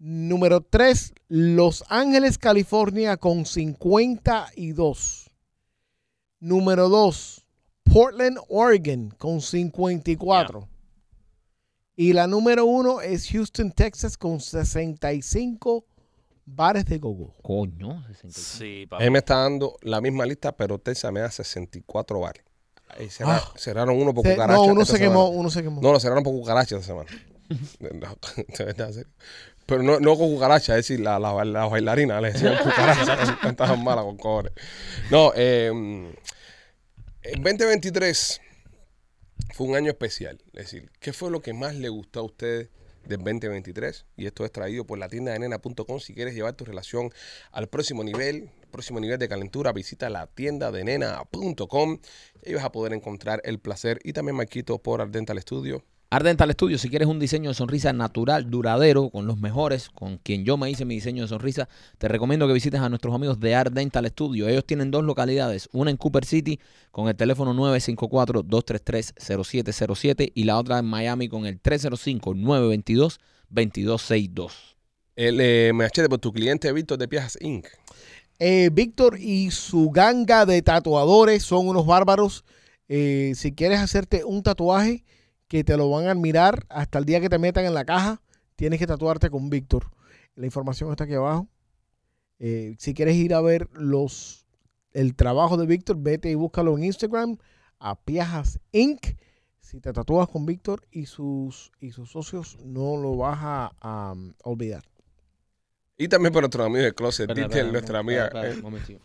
[SPEAKER 4] Número 3, Los Ángeles, California con 52. Número 2, Portland, Oregon con 54. Y la número 1 es Houston, Texas con 65 bares de gogo.
[SPEAKER 2] Coño. 65.
[SPEAKER 3] Sí,
[SPEAKER 1] A mí me está dando la misma lista, pero Texas me da 64 bares. Ahí cerra- cerraron uno por
[SPEAKER 4] Ah. Se-
[SPEAKER 1] cucaracha.
[SPEAKER 4] no, uno
[SPEAKER 1] esta
[SPEAKER 4] se quemó,
[SPEAKER 1] semana.
[SPEAKER 4] uno se quemó.
[SPEAKER 1] No, lo cerraron por cucaracha esta semana. No, (laughs) de verdad, en serio. Pero no, no con cucaracha, es decir, la, la, la bailarina le decían cucaracha. (laughs) Estaban malas con cojones. No, eh, el 2023 fue un año especial. Es decir, ¿qué fue lo que más le gustó a ustedes del 2023? Y esto es traído por la tienda de nena.com. Si quieres llevar tu relación al próximo nivel, próximo nivel de calentura, visita la tienda de nena.com y vas a poder encontrar el placer. Y también Marquito por Ardental Studio.
[SPEAKER 2] Ardental Studio, si quieres un diseño de sonrisa natural, duradero, con los mejores, con quien yo me hice mi diseño de sonrisa, te recomiendo que visites a nuestros amigos de Ardental Studio. Ellos tienen dos localidades, una en Cooper City con el teléfono 954-233-0707 y la otra en Miami con el 305-922-2262.
[SPEAKER 1] El eh, machete por tu cliente Víctor de Piajas Inc.
[SPEAKER 4] Eh, Víctor y su ganga de tatuadores son unos bárbaros. Eh, si quieres hacerte un tatuaje que te lo van a admirar hasta el día que te metan en la caja, tienes que tatuarte con Víctor. La información está aquí abajo. Eh, si quieres ir a ver los el trabajo de Víctor, vete y búscalo en Instagram a Piajas Inc. Si te tatúas con Víctor y sus, y sus socios, no lo vas a um, olvidar.
[SPEAKER 1] Y también por nuestros amigos de Closet
[SPEAKER 2] Espera,
[SPEAKER 1] Detail,
[SPEAKER 2] espera,
[SPEAKER 1] nuestra amiga.
[SPEAKER 2] espera, espera,
[SPEAKER 1] eh,
[SPEAKER 2] un momentito.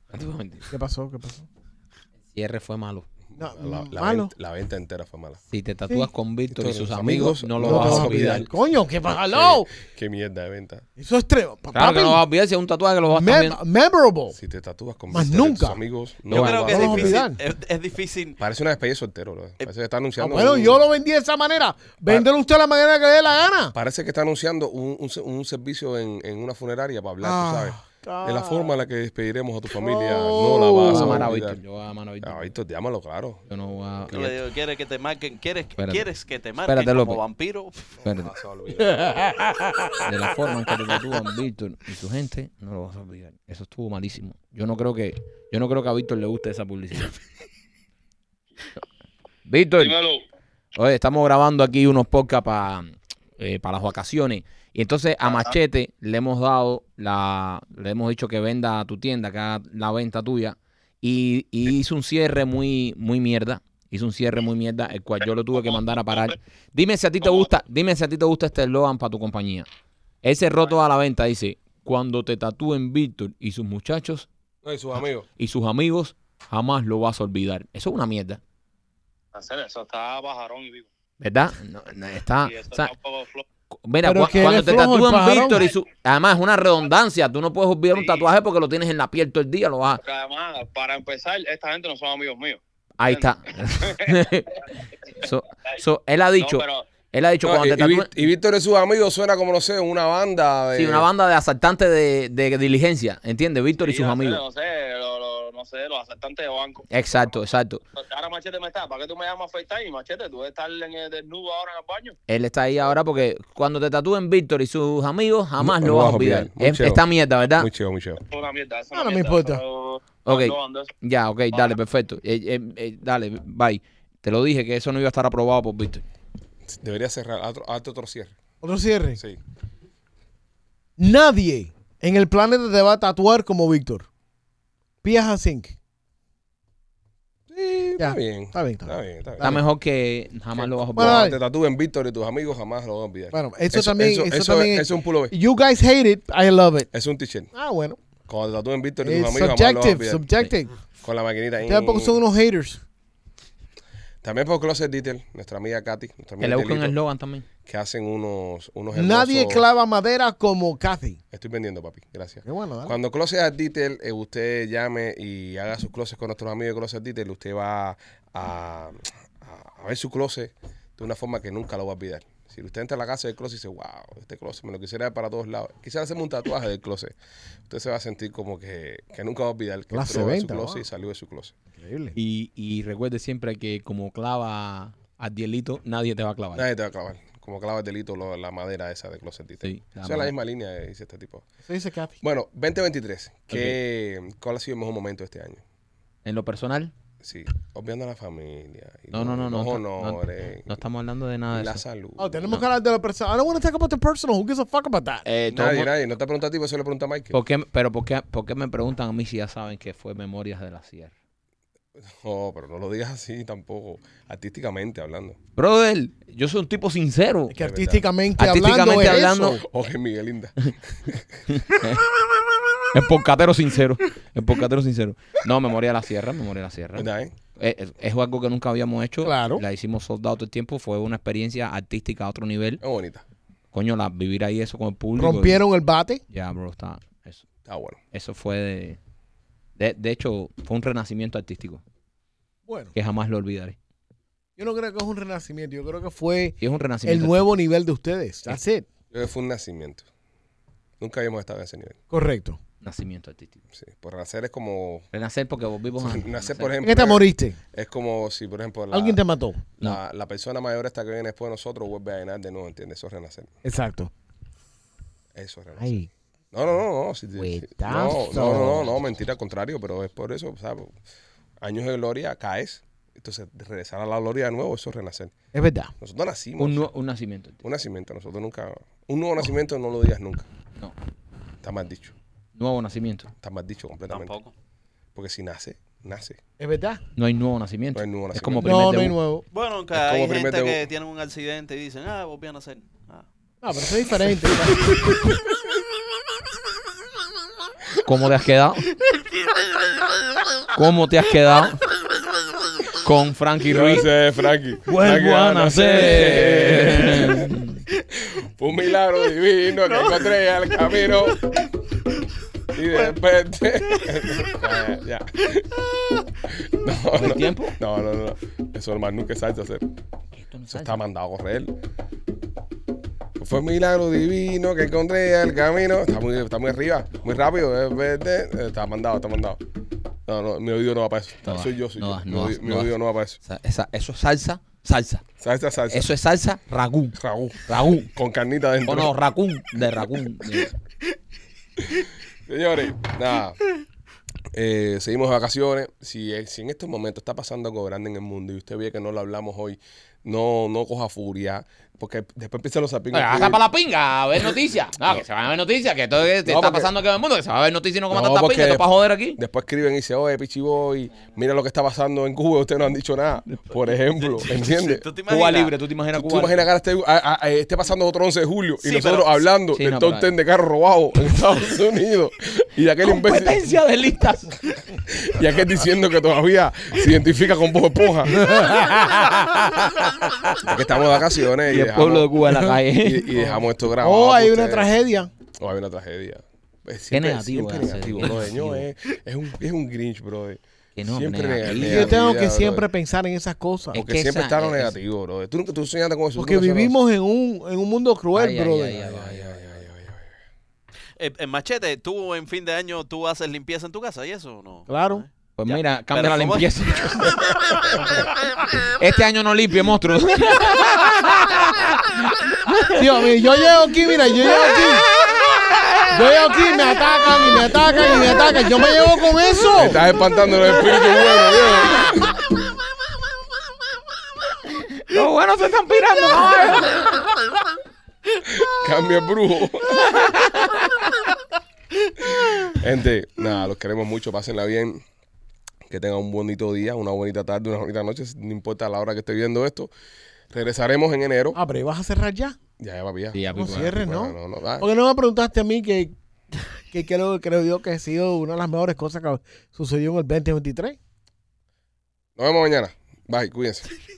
[SPEAKER 2] Espérate un momentito.
[SPEAKER 4] ¿Qué pasó? ¿Qué pasó?
[SPEAKER 2] El (laughs) Cierre fue malo.
[SPEAKER 4] No,
[SPEAKER 1] la, la
[SPEAKER 4] malo.
[SPEAKER 1] venta, la venta entera fue mala.
[SPEAKER 2] Si te tatúas
[SPEAKER 4] Sí.
[SPEAKER 2] con Víctor y
[SPEAKER 1] Víctor
[SPEAKER 2] sus amigos, no lo
[SPEAKER 1] no
[SPEAKER 2] vas
[SPEAKER 1] te
[SPEAKER 2] a olvidar.
[SPEAKER 4] Coño, qué palo.
[SPEAKER 1] Qué mierda de venta.
[SPEAKER 4] Eso es tremendo.
[SPEAKER 2] Claro que no vas a olvidar si es un tatuaje que lo vas a estar
[SPEAKER 4] Mem-
[SPEAKER 2] viendo.
[SPEAKER 4] memorable.
[SPEAKER 1] Si te tatúas con
[SPEAKER 4] Más
[SPEAKER 1] Víctor y tus
[SPEAKER 4] nunca.
[SPEAKER 1] amigos, no lo
[SPEAKER 3] Oh. Yo creo
[SPEAKER 1] vas
[SPEAKER 3] que
[SPEAKER 1] a
[SPEAKER 4] no
[SPEAKER 3] es
[SPEAKER 4] lo
[SPEAKER 1] olvidar.
[SPEAKER 3] difícil. Eh,
[SPEAKER 4] olvidar.
[SPEAKER 3] Es, es difícil.
[SPEAKER 1] Parece una despedida de soltero, bro. Parece que está
[SPEAKER 4] Ah,
[SPEAKER 1] anunciando.
[SPEAKER 4] bueno,
[SPEAKER 1] un-
[SPEAKER 4] yo lo vendí de esa manera. Véndelo usted de la manera que le dé la gana.
[SPEAKER 1] Parece que está anunciando un, un se- un servicio en, en una funeraria para hablar,
[SPEAKER 4] Ah,
[SPEAKER 1] tú sabes.
[SPEAKER 4] claro.
[SPEAKER 1] De la forma en la que despediremos a tu familia, no
[SPEAKER 4] Oh.
[SPEAKER 1] la
[SPEAKER 2] Yo
[SPEAKER 1] vas
[SPEAKER 2] voy a
[SPEAKER 1] a
[SPEAKER 2] amar a
[SPEAKER 1] olvidar.
[SPEAKER 2] Víctor. Yo voy a amar a Víctor.
[SPEAKER 1] Ah, Víctor, llámalo, claro.
[SPEAKER 2] Yo no voy a-
[SPEAKER 3] Yo le digo, ¿quieres que te marquen? ¿Quieres,
[SPEAKER 2] Espérate.
[SPEAKER 3] ¿quieres que te marquen
[SPEAKER 2] Espérate,
[SPEAKER 3] como
[SPEAKER 2] López.
[SPEAKER 3] vampiro?
[SPEAKER 2] Espérate.
[SPEAKER 1] Vas a olvidar.
[SPEAKER 2] De la forma en que te tatúan Víctor y su gente, no lo vas a olvidar. Eso estuvo malísimo. Yo no creo que, yo no creo que a Víctor le guste esa publicidad. Víctor,
[SPEAKER 6] Dímelo.
[SPEAKER 2] oye, estamos grabando aquí unos podcasts para las vacaciones. Y entonces a Machete le hemos dado la, le hemos dicho que venda a tu tienda, que haga la venta tuya. Y, y hizo un cierre muy, muy mierda. Hizo un cierre muy mierda, el cual yo lo tuve que mandar a parar. Dime si a ti te gusta, dime si a ti te gusta este eslogan para tu compañía. Ese roto a la venta dice, cuando te tatúen Víctor y sus muchachos
[SPEAKER 1] (laughs) No, y sus amigos.
[SPEAKER 2] y sus amigos, jamás lo vas a olvidar. Eso es una mierda,
[SPEAKER 6] Hacer eso está bajarón y vivo.
[SPEAKER 2] ¿verdad? No, no, está,
[SPEAKER 6] y eso
[SPEAKER 2] Ah, o sea,
[SPEAKER 6] está un poco flojo.
[SPEAKER 2] cu- mira,
[SPEAKER 4] Pero
[SPEAKER 2] cua-
[SPEAKER 4] que él
[SPEAKER 2] cuando
[SPEAKER 4] es
[SPEAKER 2] te
[SPEAKER 4] flojo, el
[SPEAKER 2] tatúan
[SPEAKER 4] pajarón.
[SPEAKER 2] Víctor y su... Además, es una redundancia. Tú no puedes olvidar un
[SPEAKER 6] Sí.
[SPEAKER 2] tatuaje porque lo tienes en la piel todo el día. Lo vas a-
[SPEAKER 6] Porque además, para empezar, esta gente no son amigos míos.
[SPEAKER 2] Ahí
[SPEAKER 6] (laughs)
[SPEAKER 2] está. So- so, él ha dicho,
[SPEAKER 6] No, pero
[SPEAKER 2] él ha dicho,
[SPEAKER 1] No, y,
[SPEAKER 2] cuando
[SPEAKER 1] y
[SPEAKER 2] te tatúen...
[SPEAKER 1] Víctor- eh, y Víctor y sus amigos suena como, no sé, una banda de...
[SPEAKER 2] Sí, una banda de asaltantes de, de diligencia, ¿entiendes? Víctor y
[SPEAKER 6] sí,
[SPEAKER 2] sus
[SPEAKER 6] no sé,
[SPEAKER 2] amigos.
[SPEAKER 6] No sé, lo- lo- no sé, los asaltantes de banco.
[SPEAKER 2] Exacto, exacto.
[SPEAKER 6] Ahora Machete me está. ¿Para qué tú me llamas FaceTime, Machete? ¿Tú debes estar en el desnudo ahora en el baño?
[SPEAKER 2] Él está ahí ahora porque cuando te tatúen Víctor y sus amigos, jamás
[SPEAKER 1] No,
[SPEAKER 2] lo
[SPEAKER 1] no
[SPEAKER 2] vas a
[SPEAKER 1] vas a
[SPEAKER 2] olvidar.
[SPEAKER 1] olvidar. Muy
[SPEAKER 2] Es-
[SPEAKER 1] chévere.
[SPEAKER 2] Esta mierda, ¿verdad?
[SPEAKER 1] Muy chido, muy chido.
[SPEAKER 6] Es una mierda. eso es
[SPEAKER 4] No, no
[SPEAKER 6] una
[SPEAKER 4] me
[SPEAKER 6] mierda,
[SPEAKER 4] importa.
[SPEAKER 6] eso-
[SPEAKER 2] Ok.
[SPEAKER 6] no ando eso.
[SPEAKER 2] Ya, ok, dale, perfecto. Eh, eh, eh, dale, bye. Te lo dije que eso no iba a estar aprobado por Víctor.
[SPEAKER 1] Debería cerrar, hazte hazte otro cierre.
[SPEAKER 4] Otro cierre.
[SPEAKER 1] Sí.
[SPEAKER 4] Nadie en el planeta te va a tatuar como Víctor. Piajas Inc.
[SPEAKER 1] Sí,
[SPEAKER 4] Ya.
[SPEAKER 1] está bien.
[SPEAKER 4] Está bien, está
[SPEAKER 1] Está
[SPEAKER 4] bien.
[SPEAKER 1] bien, está bien.
[SPEAKER 2] Está mejor que jamás lo vas a
[SPEAKER 4] Bueno,
[SPEAKER 2] olvidar.
[SPEAKER 1] Cuando
[SPEAKER 4] dale.
[SPEAKER 1] te tatúen Víctor y tus amigos jamás lo van a olvidar.
[SPEAKER 4] Bueno, eso, también. Eso, también
[SPEAKER 1] es, es un pullover.
[SPEAKER 4] You guys hate it, I love it.
[SPEAKER 1] Es un t-shirt.
[SPEAKER 4] Ah, bueno.
[SPEAKER 1] Cuando te tatúen Víctor y
[SPEAKER 4] It's
[SPEAKER 1] tus amigos jamás lo van a
[SPEAKER 4] subjective,
[SPEAKER 1] olvidar.
[SPEAKER 4] subjective.
[SPEAKER 1] Con la maquinita ahí.
[SPEAKER 4] Ustedes tampoco son unos haters.
[SPEAKER 1] También por Closet Detail, nuestra amiga Katy, nuestra
[SPEAKER 2] Que
[SPEAKER 1] amiga
[SPEAKER 2] le busquen
[SPEAKER 1] Telito,
[SPEAKER 2] eslogan también.
[SPEAKER 1] que hacen unos, unos
[SPEAKER 4] Nadie
[SPEAKER 1] hermosos-
[SPEAKER 4] clava madera como Kathy.
[SPEAKER 1] Estoy vendiendo, papi. Gracias.
[SPEAKER 4] Qué bueno, dale.
[SPEAKER 1] Cuando Closet Art Detail, eh, usted llame y haga sus closets con nuestros amigos de Closet Detail, usted va a, a- a ver su closet de una forma que nunca lo va a olvidar. Si usted entra a la casa del closet y dice, wow, este closet me lo quisiera para todos lados. Quisiera hacerme un tatuaje del closet. Usted se va a sentir como que, que nunca va a olvidar que
[SPEAKER 4] Clase
[SPEAKER 1] entró de su
[SPEAKER 4] 20,
[SPEAKER 1] closet
[SPEAKER 4] wow.
[SPEAKER 1] y salió de su closet.
[SPEAKER 4] Increíble.
[SPEAKER 2] Y, y recuerde siempre que como clava a Dielito, nadie te va a clavar.
[SPEAKER 1] Nadie te va a clavar. Como clava el delito lo- la madera esa de closet. dice.
[SPEAKER 2] Sí, la
[SPEAKER 1] o sea, la
[SPEAKER 2] madera.
[SPEAKER 1] misma línea eh, dice este tipo.
[SPEAKER 4] Se dice Capi.
[SPEAKER 1] Bueno, 2023. ¿qué, ¿Cuál ha sido el mejor momento este año?
[SPEAKER 2] En lo personal,
[SPEAKER 1] Sí, obviando a la familia. y
[SPEAKER 2] no, no, no, no.
[SPEAKER 1] Los
[SPEAKER 2] está-
[SPEAKER 1] honores.
[SPEAKER 2] no estamos hablando de nada de
[SPEAKER 1] la
[SPEAKER 2] eso.
[SPEAKER 1] salud.
[SPEAKER 4] Oh, tenemos que hablar de lo personal. I don't want to talk about the personal. Who gives a fuck about that?
[SPEAKER 2] Eh, todo
[SPEAKER 1] Nadie,
[SPEAKER 2] mu-
[SPEAKER 1] nadie. No te pregunta a ti, pero se le pregunta a Mike.
[SPEAKER 2] ¿por qué- pero por qué, por qué me preguntan a mí si ya saben que fue Memorias de la Sierra?
[SPEAKER 1] No,
[SPEAKER 2] Oh.
[SPEAKER 1] pero no lo digas así tampoco. Artísticamente hablando. (laughs)
[SPEAKER 2] Brother, yo soy un tipo sincero.
[SPEAKER 4] Es
[SPEAKER 1] de
[SPEAKER 4] que
[SPEAKER 1] verdad.
[SPEAKER 4] artísticamente,
[SPEAKER 2] Artísticamente
[SPEAKER 4] hablando,
[SPEAKER 2] hablando,
[SPEAKER 4] es eso.
[SPEAKER 1] Oye,
[SPEAKER 2] (laughs)
[SPEAKER 1] Miguelinda.
[SPEAKER 2] el porcatero sincero. El porcatero sincero. No, Memoria de la Sierra, Memoria de la Sierra.
[SPEAKER 1] ¿Verdad, eh?
[SPEAKER 2] Eh, Es, es algo que nunca habíamos hecho.
[SPEAKER 4] Claro.
[SPEAKER 2] La hicimos soldado todo el tiempo. Fue una experiencia artística a otro nivel.
[SPEAKER 1] Es bonita.
[SPEAKER 2] Coño, la, vivir ahí eso con el público.
[SPEAKER 4] rompieron el bate.
[SPEAKER 2] Ya, bro, está. Eso,
[SPEAKER 1] Ah, bueno.
[SPEAKER 2] eso fue de, de. de hecho, fue un renacimiento artístico
[SPEAKER 4] Bueno,
[SPEAKER 2] que jamás lo olvidaré.
[SPEAKER 4] yo no creo que es un renacimiento. Yo creo que fue
[SPEAKER 2] Y es un
[SPEAKER 4] el
[SPEAKER 2] renacimiento.
[SPEAKER 4] nuevo nivel de ustedes. That's it.
[SPEAKER 1] Yo creo que Eh, fue un nacimiento. Nunca habíamos estado en ese nivel.
[SPEAKER 4] Correcto.
[SPEAKER 2] Nacimiento artístico.
[SPEAKER 1] Sí. Por nacer es como.
[SPEAKER 2] Renacer porque volvimos a.
[SPEAKER 1] (laughs) Nacer, por
[SPEAKER 4] ¿En
[SPEAKER 1] ejemplo.
[SPEAKER 4] qué te
[SPEAKER 1] es-
[SPEAKER 4] moriste?
[SPEAKER 1] Es como si, por ejemplo, la,
[SPEAKER 4] Alguien te mató.
[SPEAKER 1] la, la persona mayor esta que viene después de nosotros vuelve a llenar de nuevo, ¿entiendes? Eso es renacer.
[SPEAKER 4] Exacto.
[SPEAKER 1] Eso es renacer.
[SPEAKER 4] Ay,
[SPEAKER 1] No, no, no, no. si- si-
[SPEAKER 4] Cuetazo.
[SPEAKER 1] no, no, no, no, no, mentira, al contrario, pero es por eso, ¿sabes? Años de gloria, caes. Entonces, regresar a la gloria de nuevo, eso es renacer.
[SPEAKER 4] es verdad.
[SPEAKER 1] Nosotros nacimos.
[SPEAKER 2] Un, nue- un nacimiento artístico.
[SPEAKER 1] Un nacimiento, nosotros nunca. Un nuevo nacimiento no lo digas nunca.
[SPEAKER 2] No.
[SPEAKER 1] Está mal dicho.
[SPEAKER 2] Nuevo nacimiento.
[SPEAKER 1] Está mal dicho completamente.
[SPEAKER 3] Tampoco.
[SPEAKER 1] Porque si nace, nace.
[SPEAKER 4] Es verdad.
[SPEAKER 2] No hay nuevo nacimiento.
[SPEAKER 1] No hay nuevo
[SPEAKER 2] Es
[SPEAKER 1] nacimiento.
[SPEAKER 2] como primer
[SPEAKER 4] No, no hay
[SPEAKER 2] debut.
[SPEAKER 4] nuevo.
[SPEAKER 3] Bueno, que
[SPEAKER 1] Es como
[SPEAKER 3] hay
[SPEAKER 1] primer
[SPEAKER 3] gente que
[SPEAKER 1] debut.
[SPEAKER 3] tiene un accidente y dicen, ah, volví a nacer. Ah.
[SPEAKER 4] No, pero eso es
[SPEAKER 2] (laughs)
[SPEAKER 4] diferente.
[SPEAKER 2] ¿Cómo te has quedado? ¿Cómo te has quedado? Con Frankie Ruiz.
[SPEAKER 1] sé, Frankie. Frankie ah,
[SPEAKER 2] Vuelvo
[SPEAKER 1] va
[SPEAKER 2] a nacer.
[SPEAKER 1] Fue un milagro divino que encontré al camino. Y de repente. ya, ya. No, no.
[SPEAKER 2] tiempo?
[SPEAKER 1] No, no, no. Eso hermano nunca sabes hacer. Eso está mandado a correr. Fue un milagro divino que encontré al camino. Está muy, está muy arriba, muy rápido. de repente. Eh, Está mandado, está mandado. No, no, mi oído no va para eso.
[SPEAKER 2] No va,
[SPEAKER 1] soy yo, soy
[SPEAKER 2] no
[SPEAKER 1] yo.
[SPEAKER 2] va,
[SPEAKER 1] mi
[SPEAKER 2] no
[SPEAKER 1] oído-
[SPEAKER 2] va,
[SPEAKER 1] mi
[SPEAKER 2] no va.
[SPEAKER 1] oído no va para eso.
[SPEAKER 2] Esa- esa- eso es salsa, salsa.
[SPEAKER 1] Salsa, salsa.
[SPEAKER 2] Eso es salsa ragú.
[SPEAKER 1] Raúl.
[SPEAKER 2] Ragú.
[SPEAKER 1] Con carnita dentro.
[SPEAKER 2] O no, racún. De racún. De-
[SPEAKER 1] Señores, nada. Eh, seguimos de vacaciones. Si, eh, si en estos momentos está pasando algo grande en el mundo y usted ve que no lo hablamos hoy, no, no coja furia, porque después empiezan los sapingos.
[SPEAKER 2] Oiga,
[SPEAKER 1] a
[SPEAKER 2] Baja para la pinga a ver noticias. No, que se van a ver noticias. Que todo que te
[SPEAKER 1] No,
[SPEAKER 2] está
[SPEAKER 1] porque-
[SPEAKER 2] pasando aquí en el mundo. Que se va a ver noticias y no coman
[SPEAKER 1] No,
[SPEAKER 2] tanta
[SPEAKER 1] porque-
[SPEAKER 2] pinga. Esto para joder aquí.
[SPEAKER 1] Después escriben y dicen, oye, Pichiboy, mira lo que está pasando en Cuba, ustedes no han dicho nada, por ejemplo, ¿entiendes?
[SPEAKER 3] ¿Tú te
[SPEAKER 2] Cuba
[SPEAKER 3] imaginas?
[SPEAKER 2] libre. ¿Tú te imaginas
[SPEAKER 1] ¿Tú
[SPEAKER 2] Cuba libre?
[SPEAKER 1] imaginas que ahora esté, a- a- a- esté pasando otro 11 de julio y
[SPEAKER 3] Sí,
[SPEAKER 1] nosotros
[SPEAKER 3] pero-
[SPEAKER 1] hablando
[SPEAKER 2] Sí,
[SPEAKER 1] del
[SPEAKER 2] no,
[SPEAKER 1] top
[SPEAKER 2] pero-
[SPEAKER 1] 10 de carro robado en Estados Unidos y
[SPEAKER 2] (laughs)
[SPEAKER 1] aquel imbécil
[SPEAKER 2] Competencia de listas.
[SPEAKER 1] Y aquel diciendo que todavía se identifica con Bob Esponja. Aquí estamos de vacaciones.
[SPEAKER 2] Y el pueblo de Cuba en la calle.
[SPEAKER 1] y- y dejamos esto grabado.
[SPEAKER 4] Oh, hay
[SPEAKER 1] para
[SPEAKER 4] una
[SPEAKER 1] ustedes.
[SPEAKER 4] tragedia.
[SPEAKER 1] Oh, hay una tragedia. Es
[SPEAKER 2] negativo
[SPEAKER 1] siempre
[SPEAKER 2] es hacer,
[SPEAKER 1] negativo,
[SPEAKER 2] qué
[SPEAKER 1] brother. Ño, Es,
[SPEAKER 2] negativo.
[SPEAKER 1] es un, es un Grinch, brother.
[SPEAKER 2] (laughs) Que no,
[SPEAKER 1] siempre
[SPEAKER 2] negativo.
[SPEAKER 1] negativo.
[SPEAKER 4] Yo tengo que
[SPEAKER 1] brother.
[SPEAKER 4] siempre pensar en esas cosas.
[SPEAKER 2] Es
[SPEAKER 1] Porque
[SPEAKER 2] que
[SPEAKER 1] siempre
[SPEAKER 2] esa-
[SPEAKER 1] está lo
[SPEAKER 2] es-
[SPEAKER 1] negativo, brother. Tú nunca tú soñaste con eso.
[SPEAKER 4] Porque
[SPEAKER 1] nunca soñaste con
[SPEAKER 4] vivimos en un, en un mundo cruel,
[SPEAKER 2] Ay, ay,
[SPEAKER 4] brother.
[SPEAKER 2] ay, ay, ay.
[SPEAKER 1] eso. Ay, ay, ay, ay, ay.
[SPEAKER 3] Eh, eh, machete, tú en fin de año, tú haces limpieza en tu casa y eso, o ¿no?
[SPEAKER 4] Claro.
[SPEAKER 2] Pues
[SPEAKER 3] Ya.
[SPEAKER 2] mira, cambia
[SPEAKER 3] Pero
[SPEAKER 2] la
[SPEAKER 3] ¿cómo?
[SPEAKER 2] limpieza. este año no limpie, monstruo.
[SPEAKER 4] Dios mío, yo llego aquí, mira, yo llego aquí. Yo llego aquí, me atacan y me atacan y me atacan. Yo me llevo con
[SPEAKER 1] Me
[SPEAKER 4] eso.
[SPEAKER 1] Estás espantando los espíritus buenos, Dios.
[SPEAKER 2] Los buenos se están pirando.
[SPEAKER 1] Cambia el brujo. Gente, nada, los queremos mucho. Pásenla bien. Que tengan un bonito día, una bonita tarde, una bonita noche. No importa la hora que esté viendo esto. Regresaremos en enero.
[SPEAKER 4] Ah, pero ¿y vas a cerrar ya.
[SPEAKER 1] Ya, ya, papi, ya.
[SPEAKER 2] Sí, ya,
[SPEAKER 4] No
[SPEAKER 2] pico, ya.
[SPEAKER 4] cierres,
[SPEAKER 1] Bueno, no,
[SPEAKER 4] ¿no?
[SPEAKER 1] no, ah,
[SPEAKER 4] Porque no me preguntaste a mí que, que creo, creo yo que ha sido una de las mejores cosas que sucedió en el 2023.
[SPEAKER 1] Nos vemos mañana. Bye, cuídense.